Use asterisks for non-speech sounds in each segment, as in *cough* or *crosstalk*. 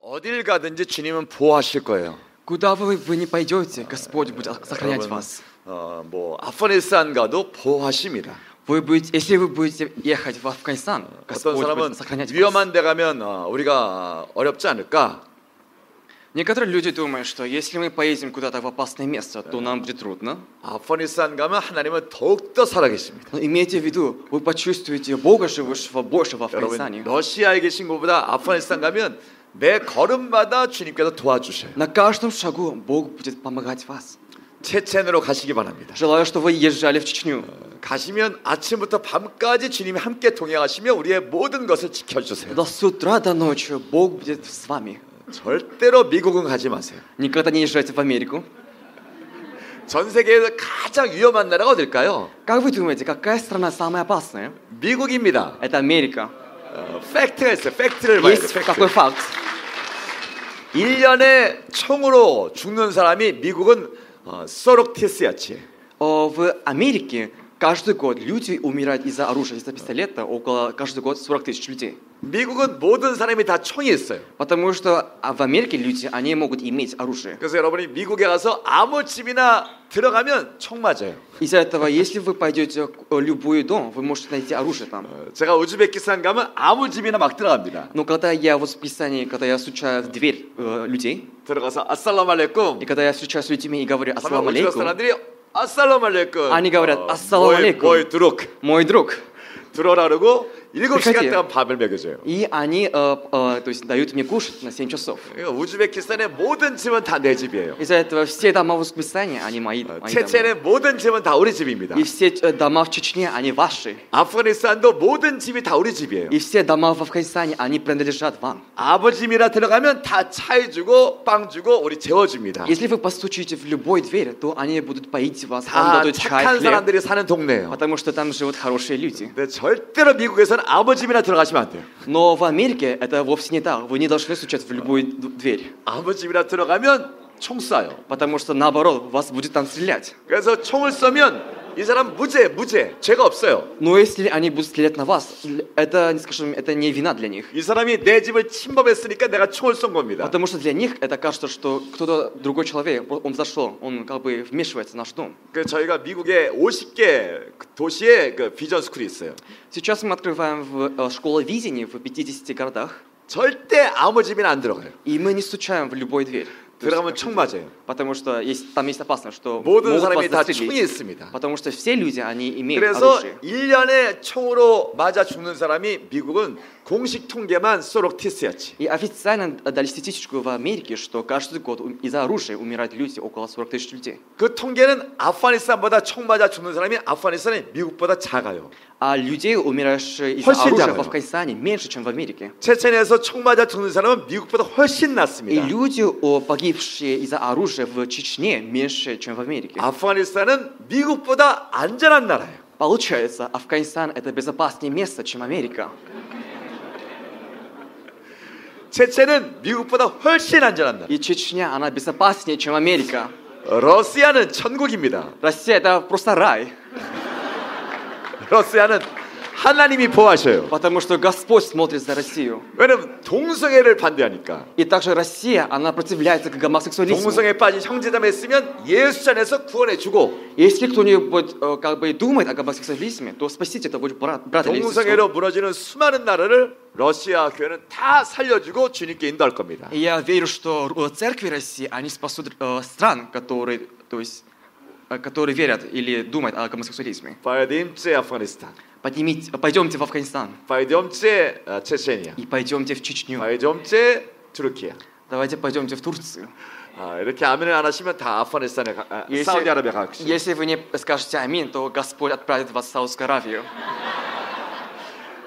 어딜 가든지 주님은 보호하실 거예요. Куда бы вы ни пойдете, Господь будет сохранять 여러분, вас. 어, 뭐 아프가니스탄 가도 보호하십니다. Вы будете, если вы будете ехать в Афганистан, 어떤 Господь 사람은 будет сохранять вас. 위험한 데 가면 어, 우리가 어렵지 않을까? Некоторые люди думают, что если мы поедем куда-то в опасное место, то нам будет трудно. 아프가니스탄 가면 하나님은 더욱더 살아계십니다. Но имейте в виду, вы почувствуете Бога живущего больше в 여러분 Афганистане. 러시아에 계신 것보다 아프가니스탄 가면 매 걸음마다 주님께서 도와주셔요. На каждом шагу Бог будет помогать вас. 체첸으로 가시기 바랍니다. Желаю, чтобы вы езжали в Чечню. 가시면 아침부터 밤까지 주님이 함께 동행하시며 우리의 모든 것을 지켜주세요. До с утра до ночи Бог будет с вами. 절대로 미국은 가지 마세요. Никогда не езжайте в Америку. 전 세계에서 가장 위험한 나라가 어딜까요? Как вы думаете, какая страна самая опасная? 미국입니다. Это Америка. 어, 팩트가 있어요. 팩트를 봐야 돼요. Есть такой 팩트. факт. 1년에 총으로 죽는 사람이 미국은 어, 소록티스야치. О, Э, В Америке каждый год люди умирают из-за оружия, из-за пистолета. Около каждый год 40 тысяч людей. 미국은 모든 사람이 다 총이 있어요. Потому что а, в Америке люди, они могут иметь оружие. 그래서 여러분이 미국에 가서 아무 집이나 들어가면 총 맞아요. Из-за этого, если вы пойдете в любой дом, вы можете найти оружие там. 어, 제가 우즈베키스탄 가면 아무 집이나 막 들어갑니다. Но когда я вот в Писании, когда я встречаю в дверь э, людей, 들어가서 아살람 알레꿈 и когда я встречаюсь с людьми и говорю 하면 «Ассаламу 우즈벡 алейкум», 사람들이 아살람 알레꿈 아니, 가브리엘, 아살람 알레이쿰. 뭐이 두룩 мой друг, 들어라 그러고 일곱 시간 그렇지요. 동안 밥을 먹여줘요. и они э, э, то есть, дают мне кушать на 7 часов. 그러니까 우즈베키스탄의 모든 집은 다 내 집이에요. Из-за этого все дома в Узбекистане, они мои, 어, мои дома. 체첸의 모든 집은 다 우리 집입니다. И все э, дома в Чечне, они ваши. 아프가니스탄도 모든 집이 다 우리 집이에요. И все дома в Афганистане, они принадлежат вам. 아버지미라 들어가면 다 차에 주고 빵 주고 우리 재워줍니다. Если вы постучите в любой дверь, то они будут поить вас, вам 다 дадут чай, 아, 착한 хлеб, 사람들이 사는 동네예요. потому что там живут хорошие люди. 근데 절대로 미국에서는 아버지미라 들어가시면 안 돼요. Но в Америке это вовсе не так. Вы не должны стучать в любую д- дверь, 아버지미라 들어가면 총 쏴요. потому что наоборот, вас будет там стрелять. 그래서 총을 쏘면 이 사람 무죄 무죄 죄가 없어요. Но если они будут стрелять на вас, л- это, скажем, это не вина для них. 이 사람이 내 집을 침범했으니까 내가 총을 쏜 겁니다. Потому что для них это кажется, что кто-то другой человек, о- он зашел, он как бы вмешивается в наш дом. 그 저희가 미국에 50개 그 도시에 그 비전 스쿨이 있어요. Сейчас мы открываем в, э, школу видения в 50 городах, 절대 아버지미는 안 들어가요. и мы не стучаем в любой дверь. То есть, э, 들어가면 총 맞아요. Потому что есть, там есть опасность, что 모든 могут 사람이 вас 다 застрелить. 총이 있습니다. Потому что все люди, они имеют 그래서 оружие. 1년에 총으로 맞아 죽는 사람이 미국은 공식 통계만 소록티스야치. И официально дали статистику в Америке, что каждый год у- из-за оружия умирают люди, около 40 тысяч людей. 그 통계는 아프가니스탄보다 총 맞아 죽는 사람이 아프가니스탄이 미국보다 작아요. А людей, умирающих из-за 훨씬 оружия 작아요. в Афганистане, меньше, чем в Америке. 체첸에서 총 맞아 죽는 사람은 미국보다 훨씬 И 낫습니다. люди, о, погибшие из-за оружия в Чечне, меньше, чем в Америке. А 아프가니스탄은 미국보다 안전한 나라예요. Получается, Афганистан – это безопаснее место, чем Америка. 체첸은 미국보다 훨씬 안전한 나라. И Чечня, она безопаснее, чем Америка. 러시아는 천국입니다. Россия – это просто рай, 러시아는 하나님이 보호하셔요. потому что Господь смотрит за Россию. 왜냐면 동성애를 반대하니까. И также Россия, она противляется к гомосексуализму. 동성애 빠진 형제자매 있으면 예수 안에서 구원해주고 Если кто-нибудь э, как бы и думает о гомосексуализме, то спасите этого брат, брата или сестру. 동성애로 무너지는 수많은 나라를 러시아 교회는 다 살려주고 주님께 인도할 겁니다. И Я верю, что э, церкви России, они спасут э, стран, которые, то есть, э, которые верят или думают о гомосексуализме. 바이디엠체 아프가니스탄, Поднимите, пойдемте в Афганистан 바이디엠체 아, 체체니아, и пойдемте в Чечню. 바이디엠체 투르키야. Давайте пойдемте в Турцию. 아, 이렇게 아멘을 안 하시면 다 아프가니스탄에 가, 아, 사우디아라비아 가고 싶어요. если вы не скажете аминь, то Господь отправит вас в Саудовскую Аравию.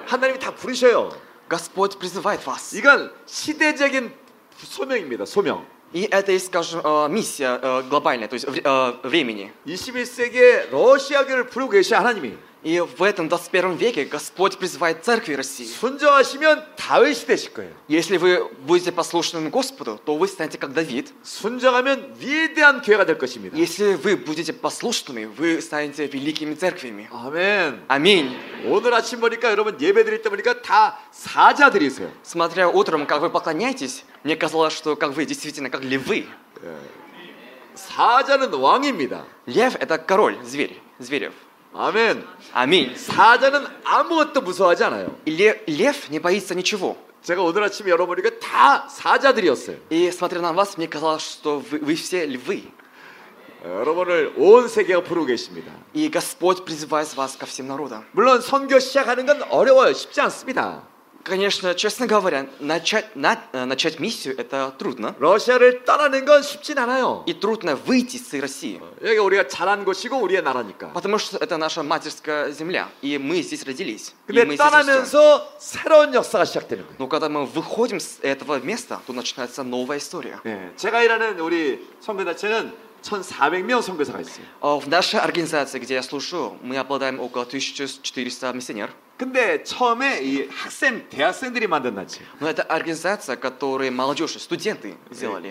하나님이 다 부르셔요. Господь призывает вас. 이건 시대적인 소명입니다. 소명. И это есть, скажем, э, миссия э, глобальная, то есть вре- э, времени. 21세기에 러시아 교회를 부르고 계신 하나님이 И И в этом 21 веке Господь призывает церкви России. 순정하시면 다윗이 되실 거예요. Если вы будете послушны Господу, то вы станете как Давид. 순정하면 위대한 교회가 될 것입니다. Если вы будете послушными, вы станете великими церквями. 아멘. Аминь. 오늘 아침 보니까 여러분 예배 드릴 때 보니까 다 사자들이세요. Смотря утром, как вы поклоняетесь, мне казалось, что как вы действительно как львы. 사자는 왕입니다. Лев – это король, зверь, зверев. 아멘. Аминь. 사자는 아무것도 무서워하지 않아요. И ле- лев не боится ничего. 제가 오늘 아침에 열어보니까 다 사자들이었어요. И смотря на вас, мне казалось, что вы, вы все львы. 여러분을 온 세계가 부르고 계십니다. И Господь призывает вас ко всем народам. 물론 선교 시작하는 건 어려워요. 쉽지 않습니다. Конечно, честно говоря, начать, на- э, начать миссию – это трудно. 러시아를 떠나는 건 쉽진 않아요. И трудно выйти из России, 여기 우리가 자란 곳이고 우리의 나라니까. потому что это наша матерская земля, и мы здесь родились. и мы 근데 здесь растем. 떠나면서 새로운 역사가 시작되는 거예요. Но когда мы выходим с этого места, то начинается новая история. 예, 제가 일하는 우리 선교단체는 1,400명 선교사가 있어요. А В нашей организации, где я служу, мы обладаем около 1400 миссионер. 근데 처음에 이 학생 대학생들이 만든 단체. Но это организация, которую молодежи, студенты сделали.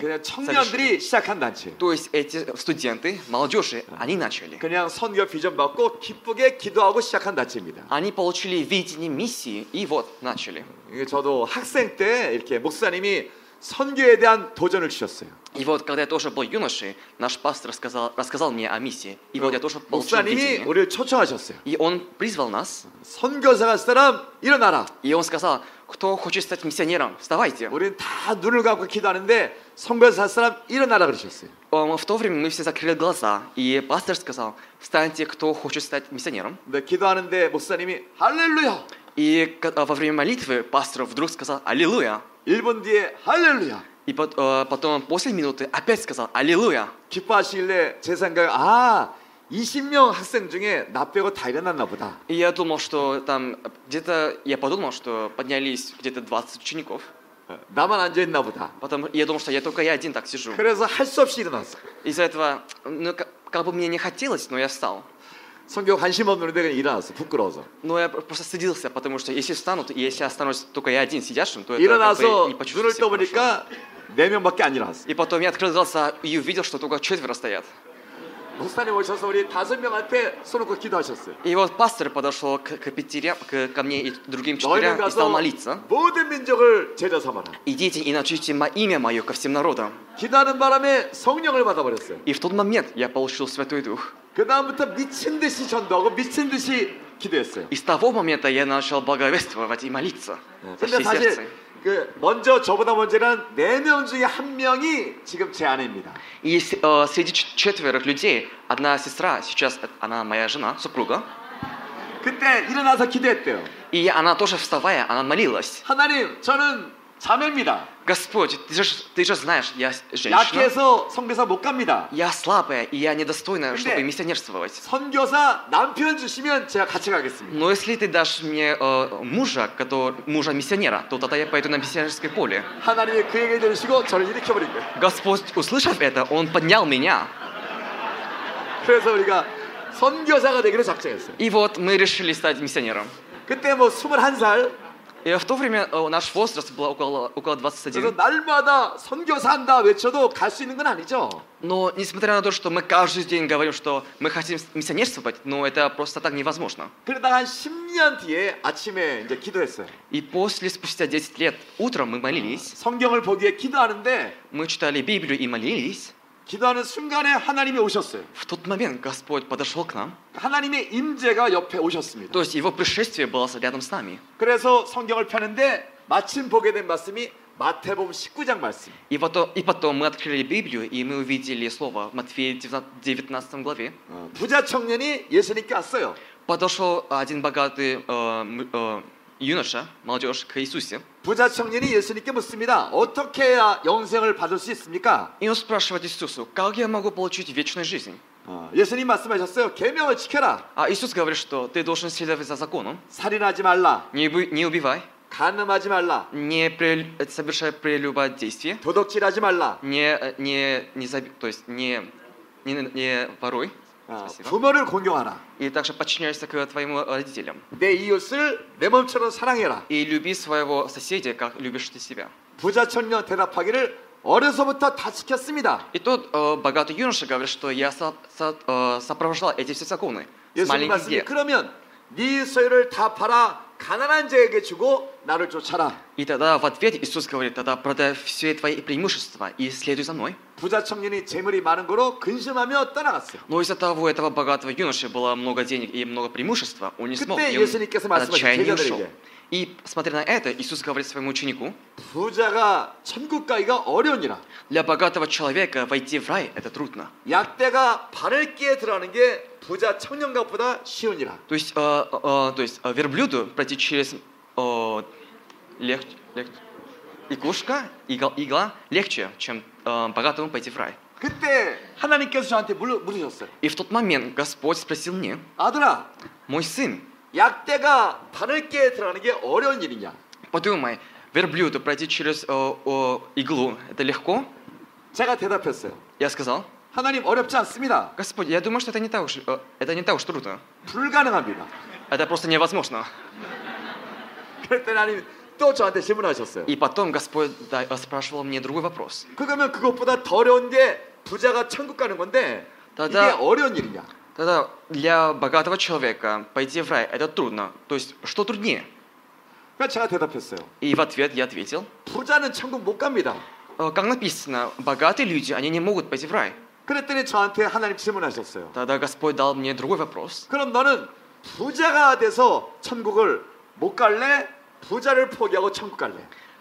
네, 그냥 совершили. 청년들이 시작한 단체. То есть эти студенты, молодежи, они начали. 그냥 선교 비전 받고 기쁘게 기도하고 시작한 단체입니다. Они получили видение миссии и вот начали. 이게 저도 학생 때 이렇게 목사님이 선교에 대한 도전을 주셨어요. И вот, когда я тоже был юношей, наш пастор сказал, рассказал мне о миссии. И вот я тоже Ну, получил 목사님이 видение. 우리를 초청하셨어요. И он призвал нас, 선교사 갈 사람 일어나라. и он сказал, кто хочет стать миссионером, вставайте. 우리는 다 눈을 감고 기도하는데 선교사 갈 사람 일어나라 그러셨어요. О, В то время мы все закрыли глаза, и пастор сказал, встаньте, кто хочет стать миссионером. 근데 기도하는데 목사님이 할렐루야. И к- а, во время молитвы пастор вдруг сказал «Аллилуйя». 1분 뒤에 할렐루야. И пот- э, потом после минуты опять сказал «Аллилуйя». 기뻐하시길래 제 생각에 아 20명 학생 중에 나 빼고 다 일어났나 보다. И я думал, что там где-то, я подумал, что поднялись где-то 20 учеников. 나만 앉아 있나 보다. Потому я думал, что я только я один так сижу. 그래서 할 수 없이 일어났어. Из-за этого, ну, как, как бы мне не хотелось, но я встал. 성교 관심 없는데 그냥 일어났어. 부끄러워서. Но я просто стыдился, потому что если встанут, и если останусь только я один сидящим, то 그러니까 это как бы 일어나서 не почувствую 눈을 себя хорошо. 떠보니까 네 명밖에 안 일어났어. И потом я открыл глаза и увидел, что только четверо стоят. 목사님 오셔서 우리 다섯 명한테 손 놓고 기도하셨어요. И вот пастор подошел к, к пятерям, к, ко мне и 너희는 другим четырем и стал 가서 молиться. 모든 민족을 제자 삼아라. «Идите и научите мо- имя мое ко всем народам». 기도하는 바람에 성령을 받아버렸어요. И в тот момент я получил Святой Дух. 그 다음부터 미친 듯이 전도하고 미친 듯이 기도했어요. И с того момента я начал благовествовать и молиться. со 근데 всей сердцем. 사실 그 먼저 저보다 먼저 일어난 네명 중에 한 명이 지금 제 아내입니다. И с- э, среди чет- четверых людей одна сестра, сейчас э- она моя жена, супруга, 그때 일어나서 기도했대요. и она тоже вставая, она молилась. 하나님, 저는 자매입니다. «Господь, ты же, ты же знаешь, я с- женщина, 약해서 성교사 못 갑니다. я слабая, и я недостойна, чтобы Где? миссионерствовать. 선교사 남편 주시면 제가 같이 가겠습니다. Но если ты дашь мне э, мужа, который, мужа миссионера, то тогда я пойду на миссионерское поле». 하나님이 그 얘기를 들으시고 저를 일으켜버린 거예요. Господь, услышав это, Он поднял меня. 그래서 우리가 선교사가 되기로 작정했어요. И вот мы решили стать миссионером. 그때 뭐 21살 И в то время э, наш возраст был около, около 그래서 21. 날마다 선교사 한다 외쳐도 갈 수 있는 건 아니죠. Но несмотря на то, что мы каждый день говорим, что мы хотим миссионерствовать, но это просто так невозможно. 그러다가 한 10년 뒤에 아침에 이제 기도했어요. И после, спустя 10 лет, утром мы молились, 성경을 보기에 기도하는데 мы читали Библию и молились. 기도하는 순간에 하나님이 오셨어요. 그러니까 В тот момент Господь подошел к нам. 하나님의 임재가 옆에 오셨습니다. То есть Его пришествие было рядом с нами. 그래서 성경을 펴는데 마침 보게 된 말씀이 마태복음 19장 말씀. И потом, и потом мы открыли Библию, и мы увидели слово в Матфея 19, 19 главе. 부자 청년이 예수님께 왔어요. Подошел один богатый э, м- э, юноша, молодежь, к Иисусе. 부자 청년이 예수님께 묻습니다. 어떻게 해야 영생을 받을 수 있습니까? И он спрашивает Иисусу, как я могу получить вечную жизнь? 어, 예수님 말씀하셨어요. 계명을 지켜라. А Иисус говорит, что ты должен следовать за законом, 살인하지 말라. не, уби- не убивай, 간음하지 말라. не прел- э, совершай прелюбодействие, 도덕질하지 말라. не, э, не, не, заби- то есть не, не, не воруй, 어, Спасибо. 부모를 공경하라. И также подчиняйся к твоим родителям. 내 이웃을 내 몸처럼 사랑해라. И люби своего соседя, как любишь ты себя. 부자 청년 대답하기를 어려서부터 다 지켰습니다. И тот э, богатый юноша говорит, что я со- со- э, сопровождал эти все законы с 예수님 маленьких 말씀이 лет. 그러면 네 소유를 다 팔아 가난한 자에게 주고 나를 쫓아라. И тогда в ответ Иисус говорит, тогда продай все твои преимущества и следуй за мной. 부자 청년이 재물이 많은 거로 근심하며 떠나갔어요. Но из-за того, у этого богатого юноши было много денег и много преимущества, он не Кыте смог, э, и он 예수님께서 말씀하신 отчаянно ушел. 제자들에게. И, смотря на это, Иисус говорит своему ученику, 부자가 천국 가기가 어려우니라. для богатого человека войти в рай – это трудно. 약대가 발을 끼에 들어가는 게 부자 청년과보다 쉬우니라. То есть, э, э, то есть э, верблюду пройти через э, лег- лег- лягушка, игла, игла легче, чем э, богатому пойти в рай. 그때 하나님께서 저한테 물러- 물으셨어요. И в тот момент Господь спросил мне, 아들아, мой сын, 약대가 발을 끼에 들어가는 게 어려운 일이냐? подумай, верблюду пройти через э, э, иглу – это легко? 제가 대답했어요. Я сказал, 하나님 어렵지 않습니다. Господь, я думаю, что это не так уж, э, это не так уж трудно. 불가능합니다. *laughs* Это просто невозможно. 그랬더니 하나님 또 저한테 질문하셨어요. И потом Господь да- э, спрашивал мне другой вопрос. 그러면 그것보다 더 어려운 게 부자가 천국 가는 건데 이게 다다. 어려운 일이냐? Тогда для богатого человека пойти в рай – это трудно. То есть, что труднее? 그래서 그러니까 제가 대답했어요. И в ответ я ответил, 부자는 천국 못 갑니다. «Э, как написано, богатые люди, они не могут пойти в рай. 그랬더니 저한테 하나님 질문하셨어요. Тогда Господь дал мне другой вопрос. 그럼 너는 부자가 돼서 천국을 못 갈래? 부자를 포기하고 천국 갈래?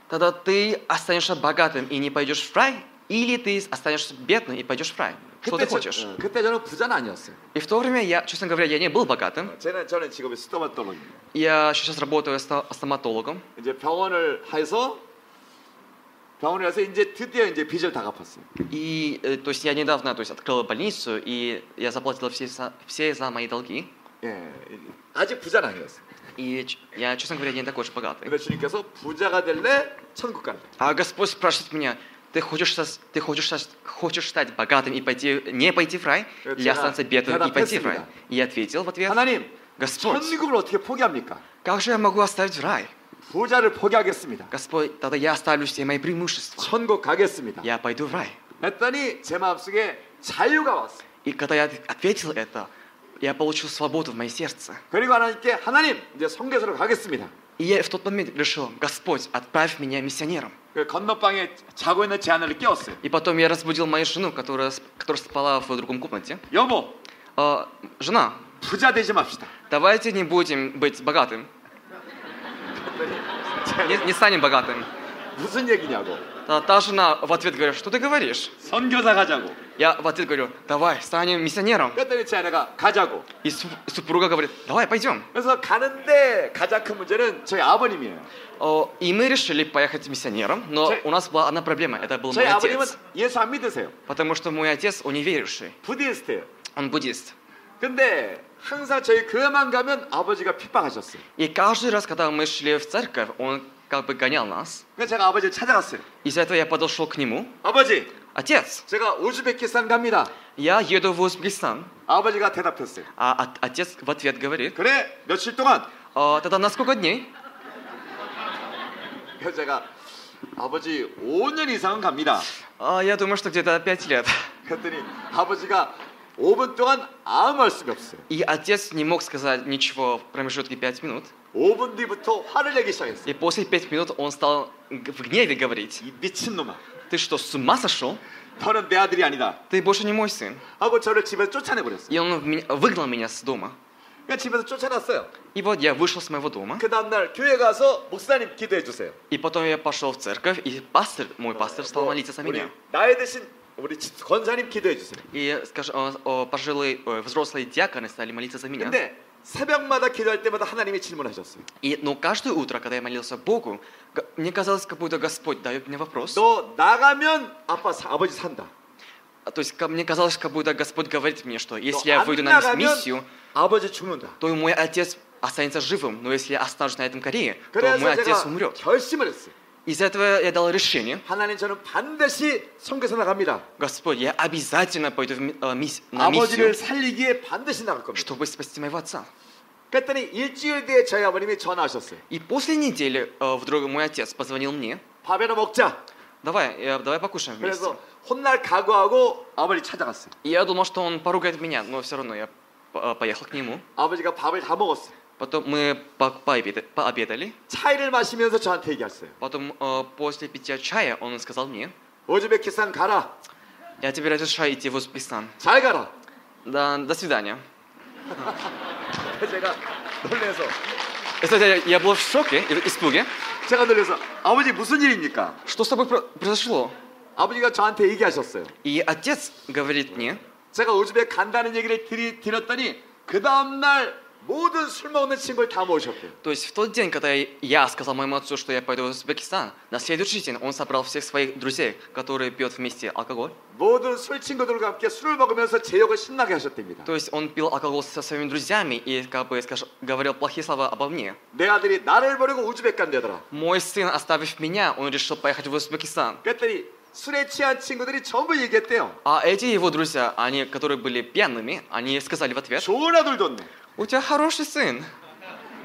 Тогда ты останешься богатым и не пойдешь в рай, или ты останешься бедным и пойдешь в рай. Что ты 저- хочешь? 어, 그때 저는 부자는 아니었어요. И в то время я, честно говоря, я не был богатым. 저는 저는 직업이 스토마톨로입니다. Я сейчас работаю ста- стоматологом. 이제 병원을 해서 병원을 해서 이제 드디어 이제 빚을 다 갚았어요. И, э, то есть, я недавно, то есть, открыла больницу, и я заплатила все, за- все за мои долги. 예, 아직 부자는 아니었어요. И ч- я, честно говоря, не такой уж 근데 богатый. 주님께서 부자가 될래? 천국 갈래? А Господь спрашивает меня, ты хочешь, сос- ты хочешь, сос- хочешь стать богатым и пойти, не пойти в рай, Это или остаться бедным и пойти в рай? терапевт И я ответил в ответ, 하나님, Господь, 천국을 어떻게 포기합니까? как же я могу оставить в рай? 부자를 포기하겠습니다. Господь, тогда я оставлю все мои преимущества. 천국 가겠습니다. Я пойду в рай. 했더니 제 마음속에 자유가 왔어요. И когда я от- ответил это, я получил свободу в моем сердце. 그리고 하나님께 하나님 이제 성계수로 가겠습니다. И я в тот момент решил, Господь, отправь меня миссионером. 그 건너방에 자고 있는 제 아내를 깨웠어요. И потом я разбудил мою жену, которая, сп- которая спала в другом комнате. 여보, «А, жена, 부자 되지 맙시다. Давайте не будем быть богатым. Не, не станем богатым. *laughs* 무슨 얘기냐고. Та, та жена в ответ говорит, что ты говоришь? 선교사 가자고. Я в ответ говорю, давай, станем миссионером. 그랬더니 제 아내가 가자고. И су- супруга говорит, давай, пойдем. 그래서 가는데 가장 큰 문제는 저희 아버님이에요. О, А, и мы решили поехать миссионером, но Чё- у нас была одна проблема, это был мой 저희 아버님은 отец. 예수 안 믿으세요. Потому что мой отец, он неверующий, 부디스트예요. он буддист. 근데 항상 저희 교회만 가면 아버지가 핍박하셨어요. И каждый раз, когда мы шли в церковь, он как бы гонял нас. 그래서 그러니까 제가 아버지를 찾아갔어요. Из-за этого я подошел к нему. 아버지, Отец, 제가 우즈베키스탄 갑니다. я еду в Узбекистан. 아버지가 대답했어요. А от- отец в ответ говорит, 그래, 며칠 동안. «А, тогда на сколько дней? 그래서 제가 아버지 5년 이상은 갑니다. А, я думаю, что где-то 5 лет. 그랬더니 아버지가 5분 동안 아무 말씀이 없어요. И отец не мог сказать ничего в промежутке 5 минут. 5분 뒤부터 화를 내기 시작했어요. И после 5 минут он стал г- в гневе говорить. 이 미친놈아, Ты что, с ума сошел? 너는 내 아들이 아니다. Ты больше не мой сын. 하고 저를 집에서 쫓아내버렸어요. И он в меня- выгнал меня с дома. 그러니까 집에서 쫓아놨어요. И вот я вышел с моего дома. 그 다음날 교회 가서 목사님 기도해 주세요. И потом я пошел в церковь, и пастор, мой пастор стал молиться за 우리 меня. 나이 드신 우리 집- 권사님 기도해 주세요. И скажи, о, о, пожилые, ой, взрослые диаконы стали молиться за меня. 근데 새벽마다 기도할 때마다 하나님이 질문하셨어요. И, но каждое утро, когда я молился Богу, г- мне казалось, как будто Господь дает мне вопрос. 너 나가면 아빠 사- 아버지 산다. А, То есть ка- мне казалось, как будто Господь говорит мне, что если 너 я 안 выйду на мисс- 나가면 миссию, 아버지 죽는다. то и мой отец останется живым, но если я останусь на этом Корее, то 그래서 мой 제가 отец умрет. 결심을 했어요. Из-за этого я дал решение. 하나님 저는 반드시 선교사 나갑니다. Господь, я обязательно пойду в ми- э, мисс- на 아버지를 миссию, 살리기에 반드시 나갈 겁니다. чтобы спасти моего отца. 그랬더니 일주일 뒤에 저희 아버님이 전화하셨어요. И после недели э, вдруг мой отец позвонил мне. 밥이나 먹자. Давай, э, давай покушаем вместе. 그래서 혼날 각오하고 아버지 찾아갔어요. И я думал, что он поругает меня, но все равно я по- э, поехал к нему. 아버지가 밥을 다 먹었어요. Потом мы по- пообеда- пообедали. 차이를 마시면서 저한테 얘기했어요. Потом э, после питья чая он сказал мне, 우즈베키스탄 가라. я тебе разрешаю идти в Узбекистан. 잘 가라. Да, до свидания. 그래서 제가 놀래서 Кстати, я- я был в шоке, и- испуге. 제가 놀래서 아버지 무슨 일입니까? Что с тобой про- произошло? 아버지가 저한테 얘기하셨어요. И отец говорит мне, 제가 우즈벡 간다는 얘기를 드리, 드렸더니 그 다음날 모든 술 먹는 친구를 다 모으셨대요. то есть в тот день, когда я сказал моему отцу, что я пойду в Узбекистан, на следующий день он собрал всех своих друзей, которые пьют вместе алкоголь. 모든 술 친구들과 함께 술을 먹으면서 제욕을 신나게 하셨답니다. То есть он пил алкоголь со своими друзьями и как бы скажем, говорил плохие слова обо мне. 내 아들이 나를 버리고 우즈벡 간대더라. Мой сын, оставив меня, он решил поехать в Узбекистан. 그랬더니 술에 취한 친구들이 전부 얘기했대요. А эти его друзья, они, которые были пьяными, они сказали в ответ, 좋은 아들 뒀네. у тебя хороший сын.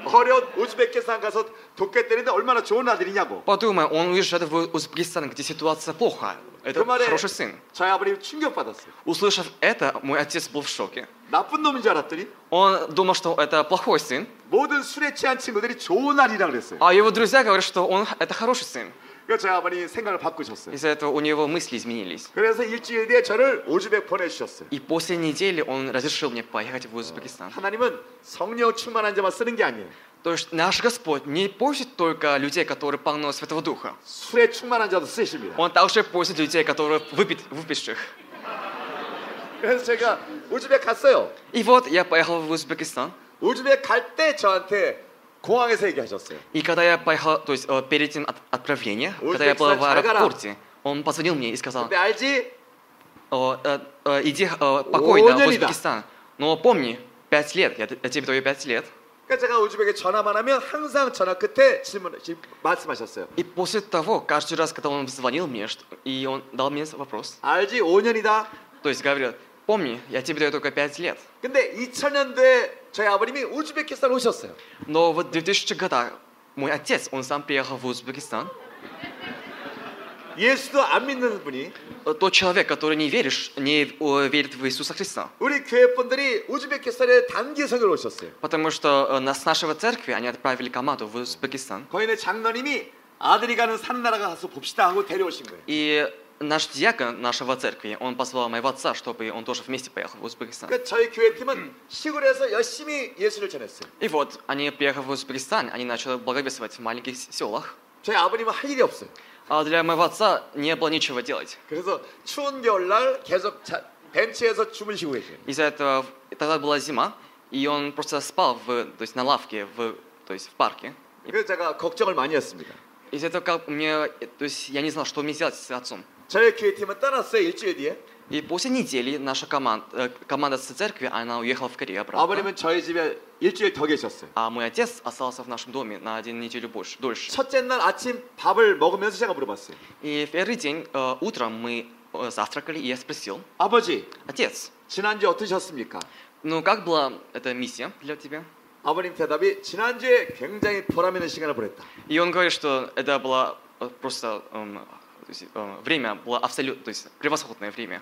어려운 우즈베키스탄 가서 도깨 때리는데 얼마나 좋은 아들이냐고. Подумай, он уезжает в Узбекистан, где ситуация плохо. 그 Это 말에 хороший сын. 저희 아버님 충격받았어요. Услышав это, мой отец был в шоке. 나쁜 놈인 줄 알았더니 Он думал, что это плохой сын, 모든 술에 취한 친구들이 좋은 아들이라 그랬어요. а его друзья говорят, что он это хороший сын. 그래서 저희 아버님 생각을 바꾸셨어요. Из-за этого у него мысли изменились. 그래서 일주일 뒤에 저를 우즈벡 보내주셨어요. И после недели он разрешил мне поехать в Узбекистан. 하나님은 성령 충만한 자만 쓰는 게 아니에요. То есть наш Господь не просит только людей, которые полны Святого Духа. 술에 충만한 자도 쓰십니다. Он также просит людей, которые выпит, выпивших. 그래서 제가 우즈벡 갔어요. И вот я поехал в Узбекистан. 우즈벡 갈 때 저한테 공항에서 얘기하셨어요. И когда я поехал, то есть э, перед тем от, отправления, когда я был в Узбекистан, Чагара. аэропорте, он позвонил мне и сказал, 근데 알지? «О, э, э, иди э, покойно в Леонида. Узбекистан. Но помни, пять лет, я, т- я тебе даю пять лет. 그러니까 제가 우즈벡에 전화만 하면 항상 전화 끝에 질문 지- 말씀하셨어요. И после того, каждый раз, когда он звонил мне, что- и он дал мне вопрос, 알지? 5년이다. то есть говорил, помни, я тебе даю только пять лет. 근데 2000년도에 저희 아버님이 우즈베키스탄 오셨어요. Но вот в 2000 годах мой отец, он сам приехал в Узбекистан. 예수도 안 믿는 분이 Э, Тот человек, который не веришь, не э, верит в Иисуса Христа. 우리 교회 분들이 우즈베키스탄에 단기 선교를 오셨어요. Потому что э, нас, с нашего церкви они отправили команду в Узбекистан. 거인의 장로님이 아들이 가는 산 나라가 가서 봅시다 하고 데려오신 거예요. И наш диакон нашего церкви, он позвал моего отца, чтобы он тоже вместе поехал в Узбекистан. 그러니까 저희 교회 팀은 시골에서 열심히 예수를 전했어요. И вот, они приехали в Узбекистан, они начали благовествовать в маленьких с- селах. 저희 아버님은 할 일이 없어요. А для моего отца не было ничего делать. 그래서 추운 겨울날 계속 자- 벤치에서 주문 쉬고 계세요. Из-за этого в- тогда была зима, и он просто спал в, то есть на лавке, в, то есть в парке. 그래서 제가 걱정을 많이 했습니다. Из-за этого как мне, э, то есть я не знал, что мне делать с отцом. 저희 교회 팀은 떠났어요 일주일 뒤에. И после недели наша команда, команда с церкви, она уехала в Корею обратно. 아버님은 저희 집에 일주일 더 계셨어요. А мой отец остался в нашем доме на один неделю больше, дольше. 첫째 날 아침 밥을 먹으면서 제가 물어봤어요. И в первый день э, утром мы э, завтракали, и я спросил, 아버지 отец, 지난주 어떠셨습니까? ну как была эта миссия для тебя? 아버님 대답이 지난주에 굉장히 보람있는 시간을 보냈다. И он говорит, что это было э, просто эм, то есть, э, время было абсолютно, то есть превосходное время.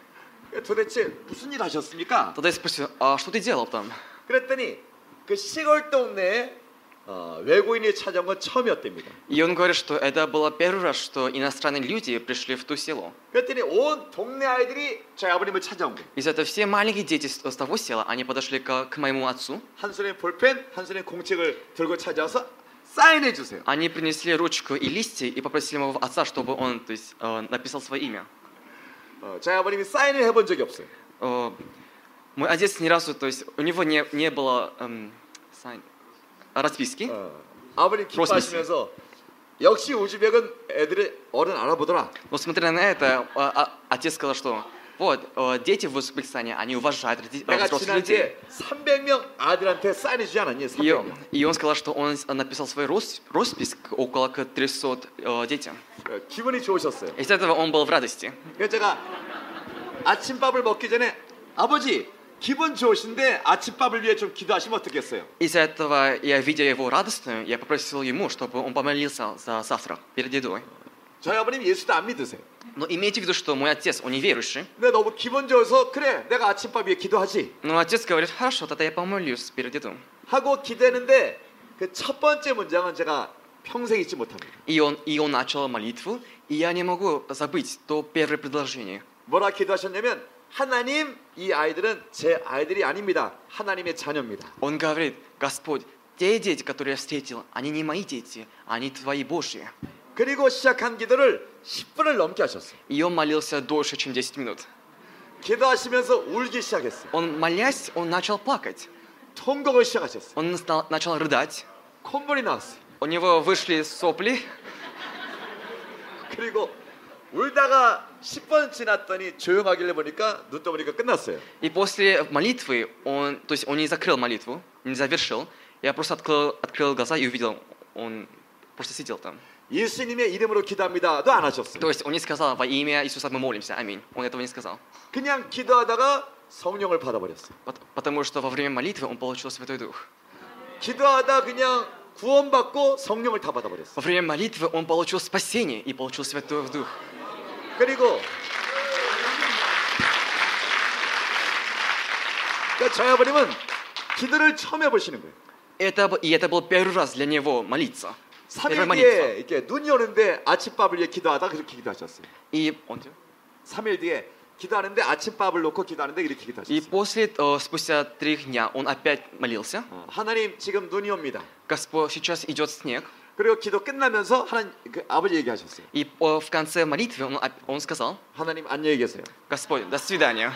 그러니까 도대체 무슨 일 하셨습니까? Тогда я спросил, а что ты делал там? 그랬더니 그 시골 동네에 어, 외국인이 찾아온 건 처음이었답니다. И он говорит, что это было первый раз, что иностранные люди пришли в ту село. 그랬더니 온 동네 아이들이 저희 아버님을 찾아온 거예요. Из-за этого все маленькие дети с с того села, они подошли к, к моему отцу. 한 손에 볼펜, 한 손에 공책을 들고 찾아와서 사인해 주세요. Они принесли ручку и листья и попросили моего отца, чтобы он то есть, э, написал свое имя. 어, 저희 아버님이 사인을 해본 적이 없어요. Э, мой отец ни разу, то есть у него не, не было эм, сайн- расписки. 어, 아버님 기뻐하시면서 역시 우즈벡은 애들의 어른 알아보더라. Но смотря на это, а- а- отец сказал, что Вот, э, дети в Узбекистане, они уважают роди- э, 내가 взрослых людей. 지난주에 300명 아들한테 사인해주지 않았니? И, 300명. и он сказал, что он написал свой рос- роспись к- около к 300 э, детям. 예, 기분이 좋으셨어요. Из этого он был в радости. 그래서 그러니까 제가 아침밥을 먹기 전에 아버지 기분 좋으신데 아침밥을 위해 좀 기도하시면 어떻겠어요? Из-за этого я, видя его радостную, я попросил ему, чтобы он помолился за завтрак перед едой. 저희 아버님 예수도 안 믿으세요. Но имейте в виду, что мой отец, он неверующий. 근데 너무 기분 좋아서 그래 내가 아침밥 위해 기도하지 Но отец говорит, хорошо, тогда я помолюсь перед едой. 하고 기대했는데 그 첫 번째 문장은 제가 평생 잊지 못합니다. И он, и он начал молитву, и я не могу забыть то первое предложение. 뭐라 기도하셨냐면 하나님 이 아이들은 제 아이들이 아닙니다. 하나님의 자녀입니다. Он говорит, Господь, те дети, которые я встретил, они не мои дети, они твои Божьи. 그리고 시작한 기도를 10분을 넘게 하셨어요. И он молился дольше, чем 10 минут. 기도하시면서 울기 시작했어요. Он, молясь, он начал плакать. 통곡을 시작하셨어요. Он стал- начал рыдать. 콧물이 나왔어요. У него вышли сопли. 그리고 울다가 10분 지났더니 조용하길래 보니까 눈 떠보니까 끝났어요. И после молитвы, он, то есть он не закрыл молитву, не завершил. Я просто открыл, открыл глаза и увидел, он просто сидел там. 예수님의 이름으로 기도합니다도 안 하셨어요. То есть он не сказал, во имя Иисуса мы молимся, аминь. Он этого не сказал. 그냥 기도하다가 성령을 받아버렸어요. Пот- Потому что во время молитвы он получил Святой Дух. 기도하다 그냥 구원받고 성령을 다 받아버렸어요. Во время молитвы он получил спасение и получил Святой Дух. 그리고 그러니까 저희 아버님은 기도를 처음 해보시는 거예요. Это, б- и это был первый раз для него молиться. Первая 3일 뒤에 молитва. 이렇게 눈이 오는데 아침밥을 위해 기도하다 그렇게 기도하셨어요. И, он- 3일 뒤에 기도하는데 아침밥을 놓고 기도하는데 이렇게 и 기도하셨어요. после, э, спустя три дня, он опять молился. 어, 하나님 지금 눈이 옵니다. Господь, сейчас идет снег. 그리고 기도 끝나면서 하나님 그 아버지 얘기하셨어요. И э, в конце молитвы он, оп- он сказал, 하나님 안녕히 계세요. Господь, до свидания.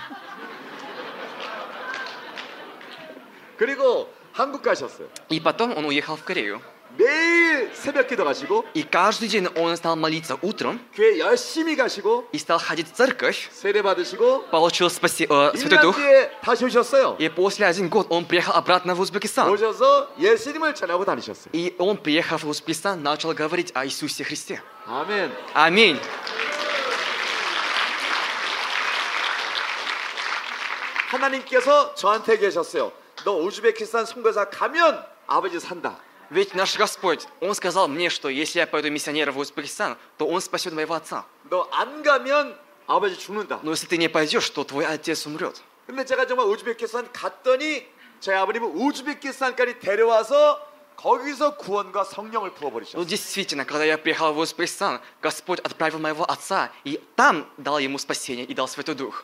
그리고 한국 가셨어요. И потом он уехал в Корею. 매일 새벽 기도 가시고 И каждый день он стал молиться утром 교회 열심히 가시고 и стал ходить в церковь. 세례 받으시고 Получил спаси, э, Святой 1년 Дух. 뒤에 다시 오셨어요. И после один год он приехал обратно в Узбекистан. 오셔서 예수님을 전하고 다니셨어요. И он, приехав в Узбекистан, начал говорить о Иисусе Христе. 아멘. Аминь. 하나님께서 저한테 계셨어요. 너 우즈베키스탄 선교사 가면 아버지 산다. Ведь наш Господь, Он сказал мне, что если я пойду миссионером в Узбекистан, то Он спасет моего отца. 너 안 가면 아버지 죽는다. Но если ты не пойдешь, то твой отец умрет. 근데 제가 정말 우즈베키스탄 갔더니 저희 아버님은 우즈베키스탄까지 데려와서 거기서 구원과 성령을 Но 부어버리셨어요. действительно, когда я приехал в Узбекистан, Господь отправил моего отца, и там дал ему спасение и дал Святой Дух.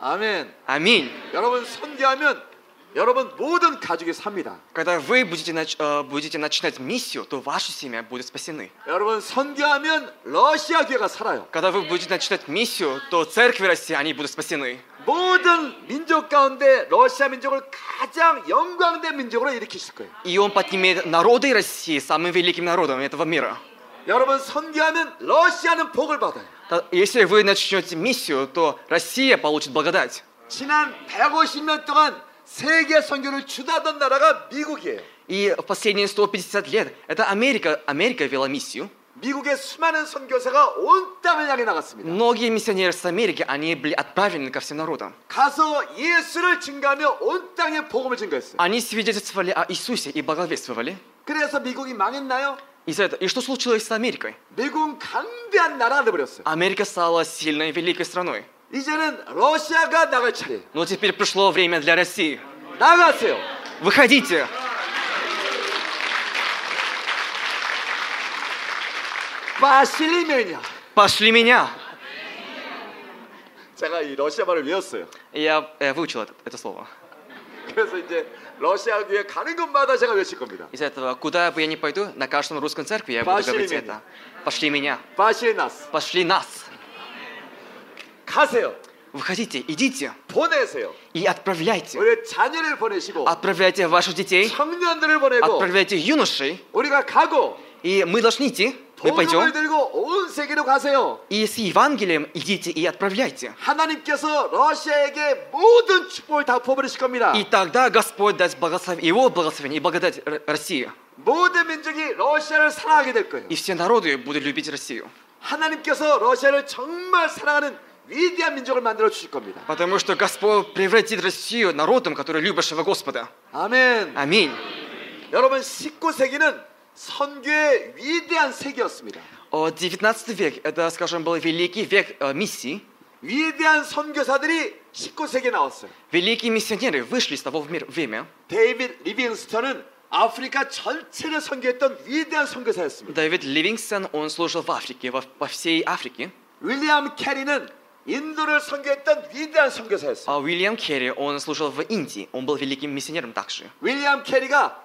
아멘. Аминь. 여러분 선교하면 여러분 모든 가족이 삽니다. Когда вы будете, нач- э, будете начинать миссию, то ваши семья будут спасены. 여러분 선교하면 러시아 교회가 살아요. Когда вы будете начинать миссию, то церкви России, они будут спасены. 모든 민족 가운데 러시아 민족을 가장 영광된 민족으로 일으키실 거예요. И он поднимет народы России самым великим народом этого мира. 여러분 선교하면 러시아는 복을 받아요. Та- Если вы начнете миссию, то Россия получит благодать. 지난 150년 동안 세계 선교를 주도하던 나라가 미국이에요. И в последние 150 лет это Америка, Америка вела миссию. 미국의 수많은 선교사가 온 땅을 향해 나갔습니다. Многие миссионеры с Америки, они были отправлены ко всем народам. 가서 예수를 증가하며 온 땅에 복음을 증가했어요. Они свидетельствовали о Иисусе и благовествовали. 그래서 미국이 망했나요? И, за это- и что случилось с Америкой? 미국은 강대한 나라가 되버렸어요. Америка стала сильной и великой страной. 이제는 러시아가 나갈 차례. Но теперь пришло время для России. 나가세요. Выходите! 바실리메냐. Пошли меня! 제가 이 러시아 말을 외웠어요. Я, э, выучил это, это слово. 그래서 이제 러시아 교회 가는 곳마다 제가 외칠 겁니다. Из-за этого, куда бы я ни пойду, на каждом русском церкви я буду Пошли говорить меня. это. Пошли меня. 바실리나스. Пошли нас. 가세요. Выходите, идите 보내세요. и отправляйте. 우리 자녀를 보내시고 Отправляйте ваших детей, 청년들을 보내고 отправляйте юношей. 우리가 가고 И мы должны идти мы 복음을 пойдем 들고 온 세계로 가세요. и с Евангелием идите и отправляйте. 하나님께서 러시아에게 모든 축복을 다 부어버리실 겁니다. И тогда Господь даст благослов... его благословение и благодать Р- России. 모든 민족이 러시아를 사랑하게 될 거예요. И все народы будут любить Россию. 하나님께서 러시아를 정말 사랑하는 위대한 민족을 만들어 주실 겁니다. Потому что Господь превратит Россию народом, который любящего Господа. 아멘. Аминь. 여러분 19세기는 선교의 위대한 세기였습니다. О, 19 век, это, скажем, был великий век э, миссий. 위대한 선교사들이 19세기에 나왔어요. Великие миссионеры вышли из того в мир- время. 데이빗 리빙스턴은 아프리카 전체를 선교했던 위대한 선교사였습니다. Дэвид Ливингстон, он служил в Африке, во- по всей Африке. 윌리엄 캐리는 인도를 선교했던 위대한 선교사였어요. А Уильям Керри, он служил в Индии. Он был великим миссионером также. 윌리엄 캐리가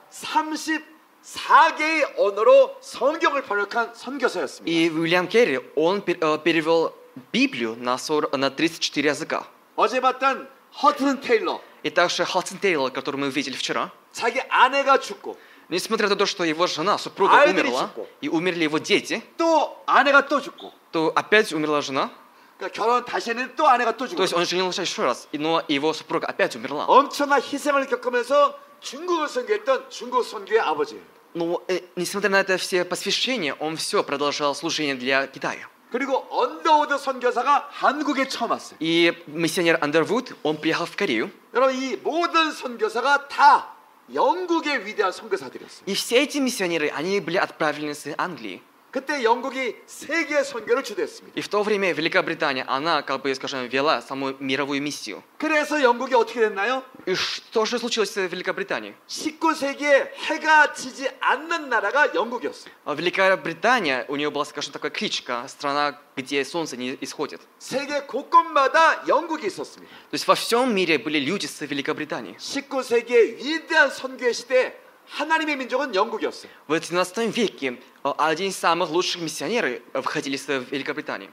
34개의 언어로 성경을 번역한 선교사였습니다. И Уильям Керри, он пер- э, перевел Библию на, 40 на 34 языка. 어제 봤던 허튼 테일러 И также Хадсон Тейлор, который мы увидели вчера, 자기 아내가 죽고 несмотря на то, что его жена, супруга А, умерла, Эндриченко. и умерли его дети, 또 아내가 또 죽고 то опять умерла жена. 그러니까 결혼 다시 했는데 또 아내가 또 То 죽고 есть он женился еще раз, и- но его супруга опять умерла. 엄청난 희생을 겪으면서 중국을 선교했던 중국 선교의 아버지 Но э, несмотря на это все посвящения, он все продолжал служение для Китая. 그리고 언더우드 선교사가 한국에 처음 왔어요. И миссионер Андервуд, он приехал в Корею. 여러분 이 모든 선교사가 다 영국의 위대한 선교사들이었어요. И все эти миссионеры, они были отправлены с Англии. 그때 영국이 세계 선교를 주도했습니다. И в то время Великобритания, она, как бы, скажем, вела самую мировую миссию. 그래서 영국이 어떻게 됐나요? И что же случилось с Великобританией? 19세기에 해가 지지 않는 나라가 영국이었어요. А Великобритания, у нее была, скажем, такая кличка, страна, где солнце не исходит. 세계 곳곳마다 영국이 있었습니다. То есть во всем мире были люди с Великобритании. 19세기의 위대한 선교의 시대에 하나님의 민족은 영국이었어요. В 19 веке э, один из самых лучших миссионеров входили с Великобритании.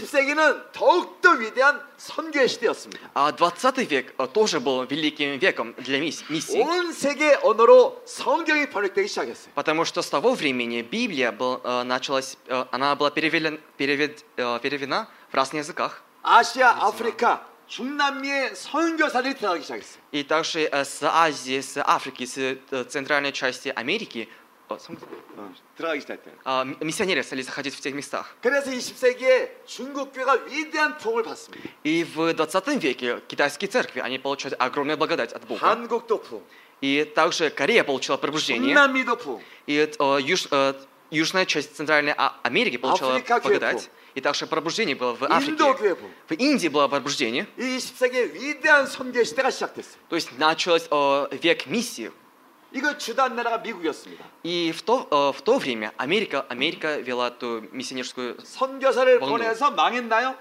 20세기는 더욱더 위대한 선교의 시대였습니다. А 20 век э, тоже был великим веком для мисс- миссий. 온 세계 언어로 성경이 번역되기 시작했어요. Потому что с того времени Библия был, э, началась, э, она была перевелен- перевед- э, переведена в разных языках. 아시아, 아프리카, 중남미의 선교사들이 들어가기 시작했어요. И также э, с Азии, с Африки, с э, центральной части Америки э, сам- 들어가기 시작했어요. а, м- миссионеры стали заходить в тех местах. 그래서 20세기에 중국교회가 위대한 부흥을 받습니다. И в 20 веке китайские церкви, они получают огромную благодать от 그러니까. Бога. 한국도 부흥, И также Корея получила пробуждение. 중남미도 부흥, И э, юж- э, южная часть Центральной А- Америки получила Африка, Кипр. благодать. И также пробуждение было 그 в 인도 Африке. 교회 부흥. В Индии было пробуждение. 이 20세기의 위대한 선교의 시대가 시작됐어요. То есть началось э, век миссии. 이거 주도한 나라가 미국이었습니다. И в то, э, в то время Америка, Америка вела эту миссионерскую... 선교사를 뭔가. 보내서 망했나요?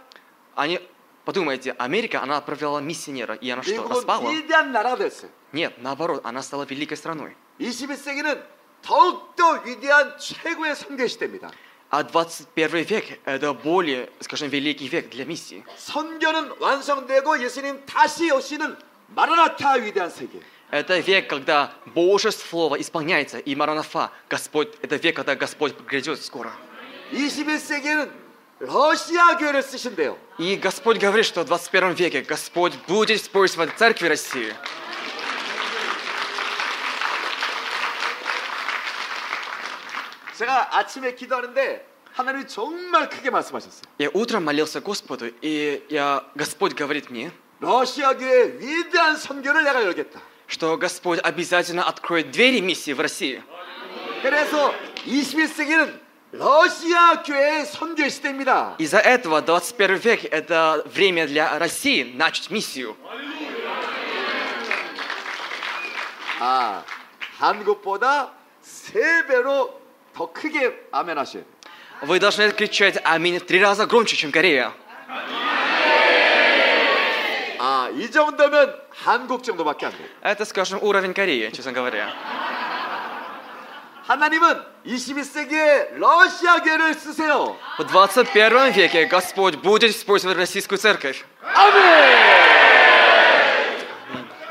Они, подумайте, Америка, она отправляла миссионера, и она что, 미국은 распала? 위대한 나라가 됐어요. Нет, наоборот, она стала великой страной. 21세기는 더욱더 위대한 최고의 선교 시대입니다. А 21 век – это более, скажем, великий век для миссии. 선교는 완성되고 예수님 다시 오시는 마라나타 위대한 세계. Это век, когда Божье Слово исполняется, и Маранафа, Господь, это век, когда Господь грядет скоро. 21세기에는 러시아 교회를 쓰신대요. И Господь говорит, что в 21 веке Господь будет использовать церкви России. 제가 아침에 기도하는데 하나님이 정말 크게 말씀하셨어요. Я утром молился Господу, и я, Господь говорит мне, 러시아 교회의 위대한 선교를 내가 열겠다. что Господь обязательно откроет двери миссии в России. 그래서 21세기는 러시아 교회의 선교 시대입니다. Из-за этого 21 век – это время для России начать миссию. 아, 한국보다 세 배로 더 크게 아멘하신. Вы должны кричать «Аминь» в три раза громче, чем Корея. 아, 이 정도면 한국 정도밖에 안 돼. Это, скажем, уровень Кореи, честно говоря. 하나님은 21세기에 러시아 교회를 쓰세요. В 21 веке Господь будет использовать российскую церковь.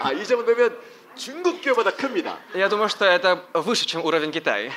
아, 이 정도면 중국 교회보다 큽니다. Я думаю, что это выше, чем уровень Китая.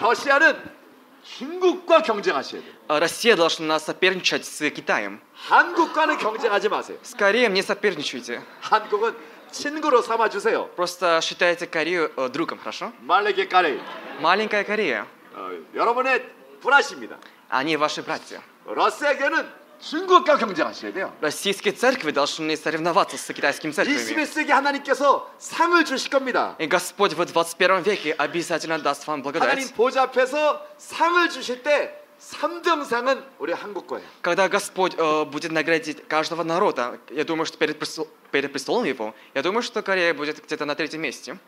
러시아는 중국과 경쟁하셔야 돼요. А Россия должна соперничать с Китаем. 한국과는 경쟁하지 마세요. Скорее мне соперничайте. 한국은 친구로 삼아주세요. Просто считайте Корею э, другом, хорошо? 말레게 까레. Маленькая Корея. 어, 여러분의 브라시입니다. Они ваши братья. 러시아계는 중국과 경쟁하셔야 돼요. Российские церкви должны соревноваться с китайскими 이 церквями. 21세기 하나님께서 상을 주실 겁니다. И Господь в 21 веке обязательно даст 하나님 вам благодать. 보좌 앞에서 상을 주실 때 3등 상은 우리 한국 거예요. Когда Господь э, будет наградить каждого народа, я думаю, что перед, престол- перед престолом Его, я думаю, что Корея будет где-то на третьем месте.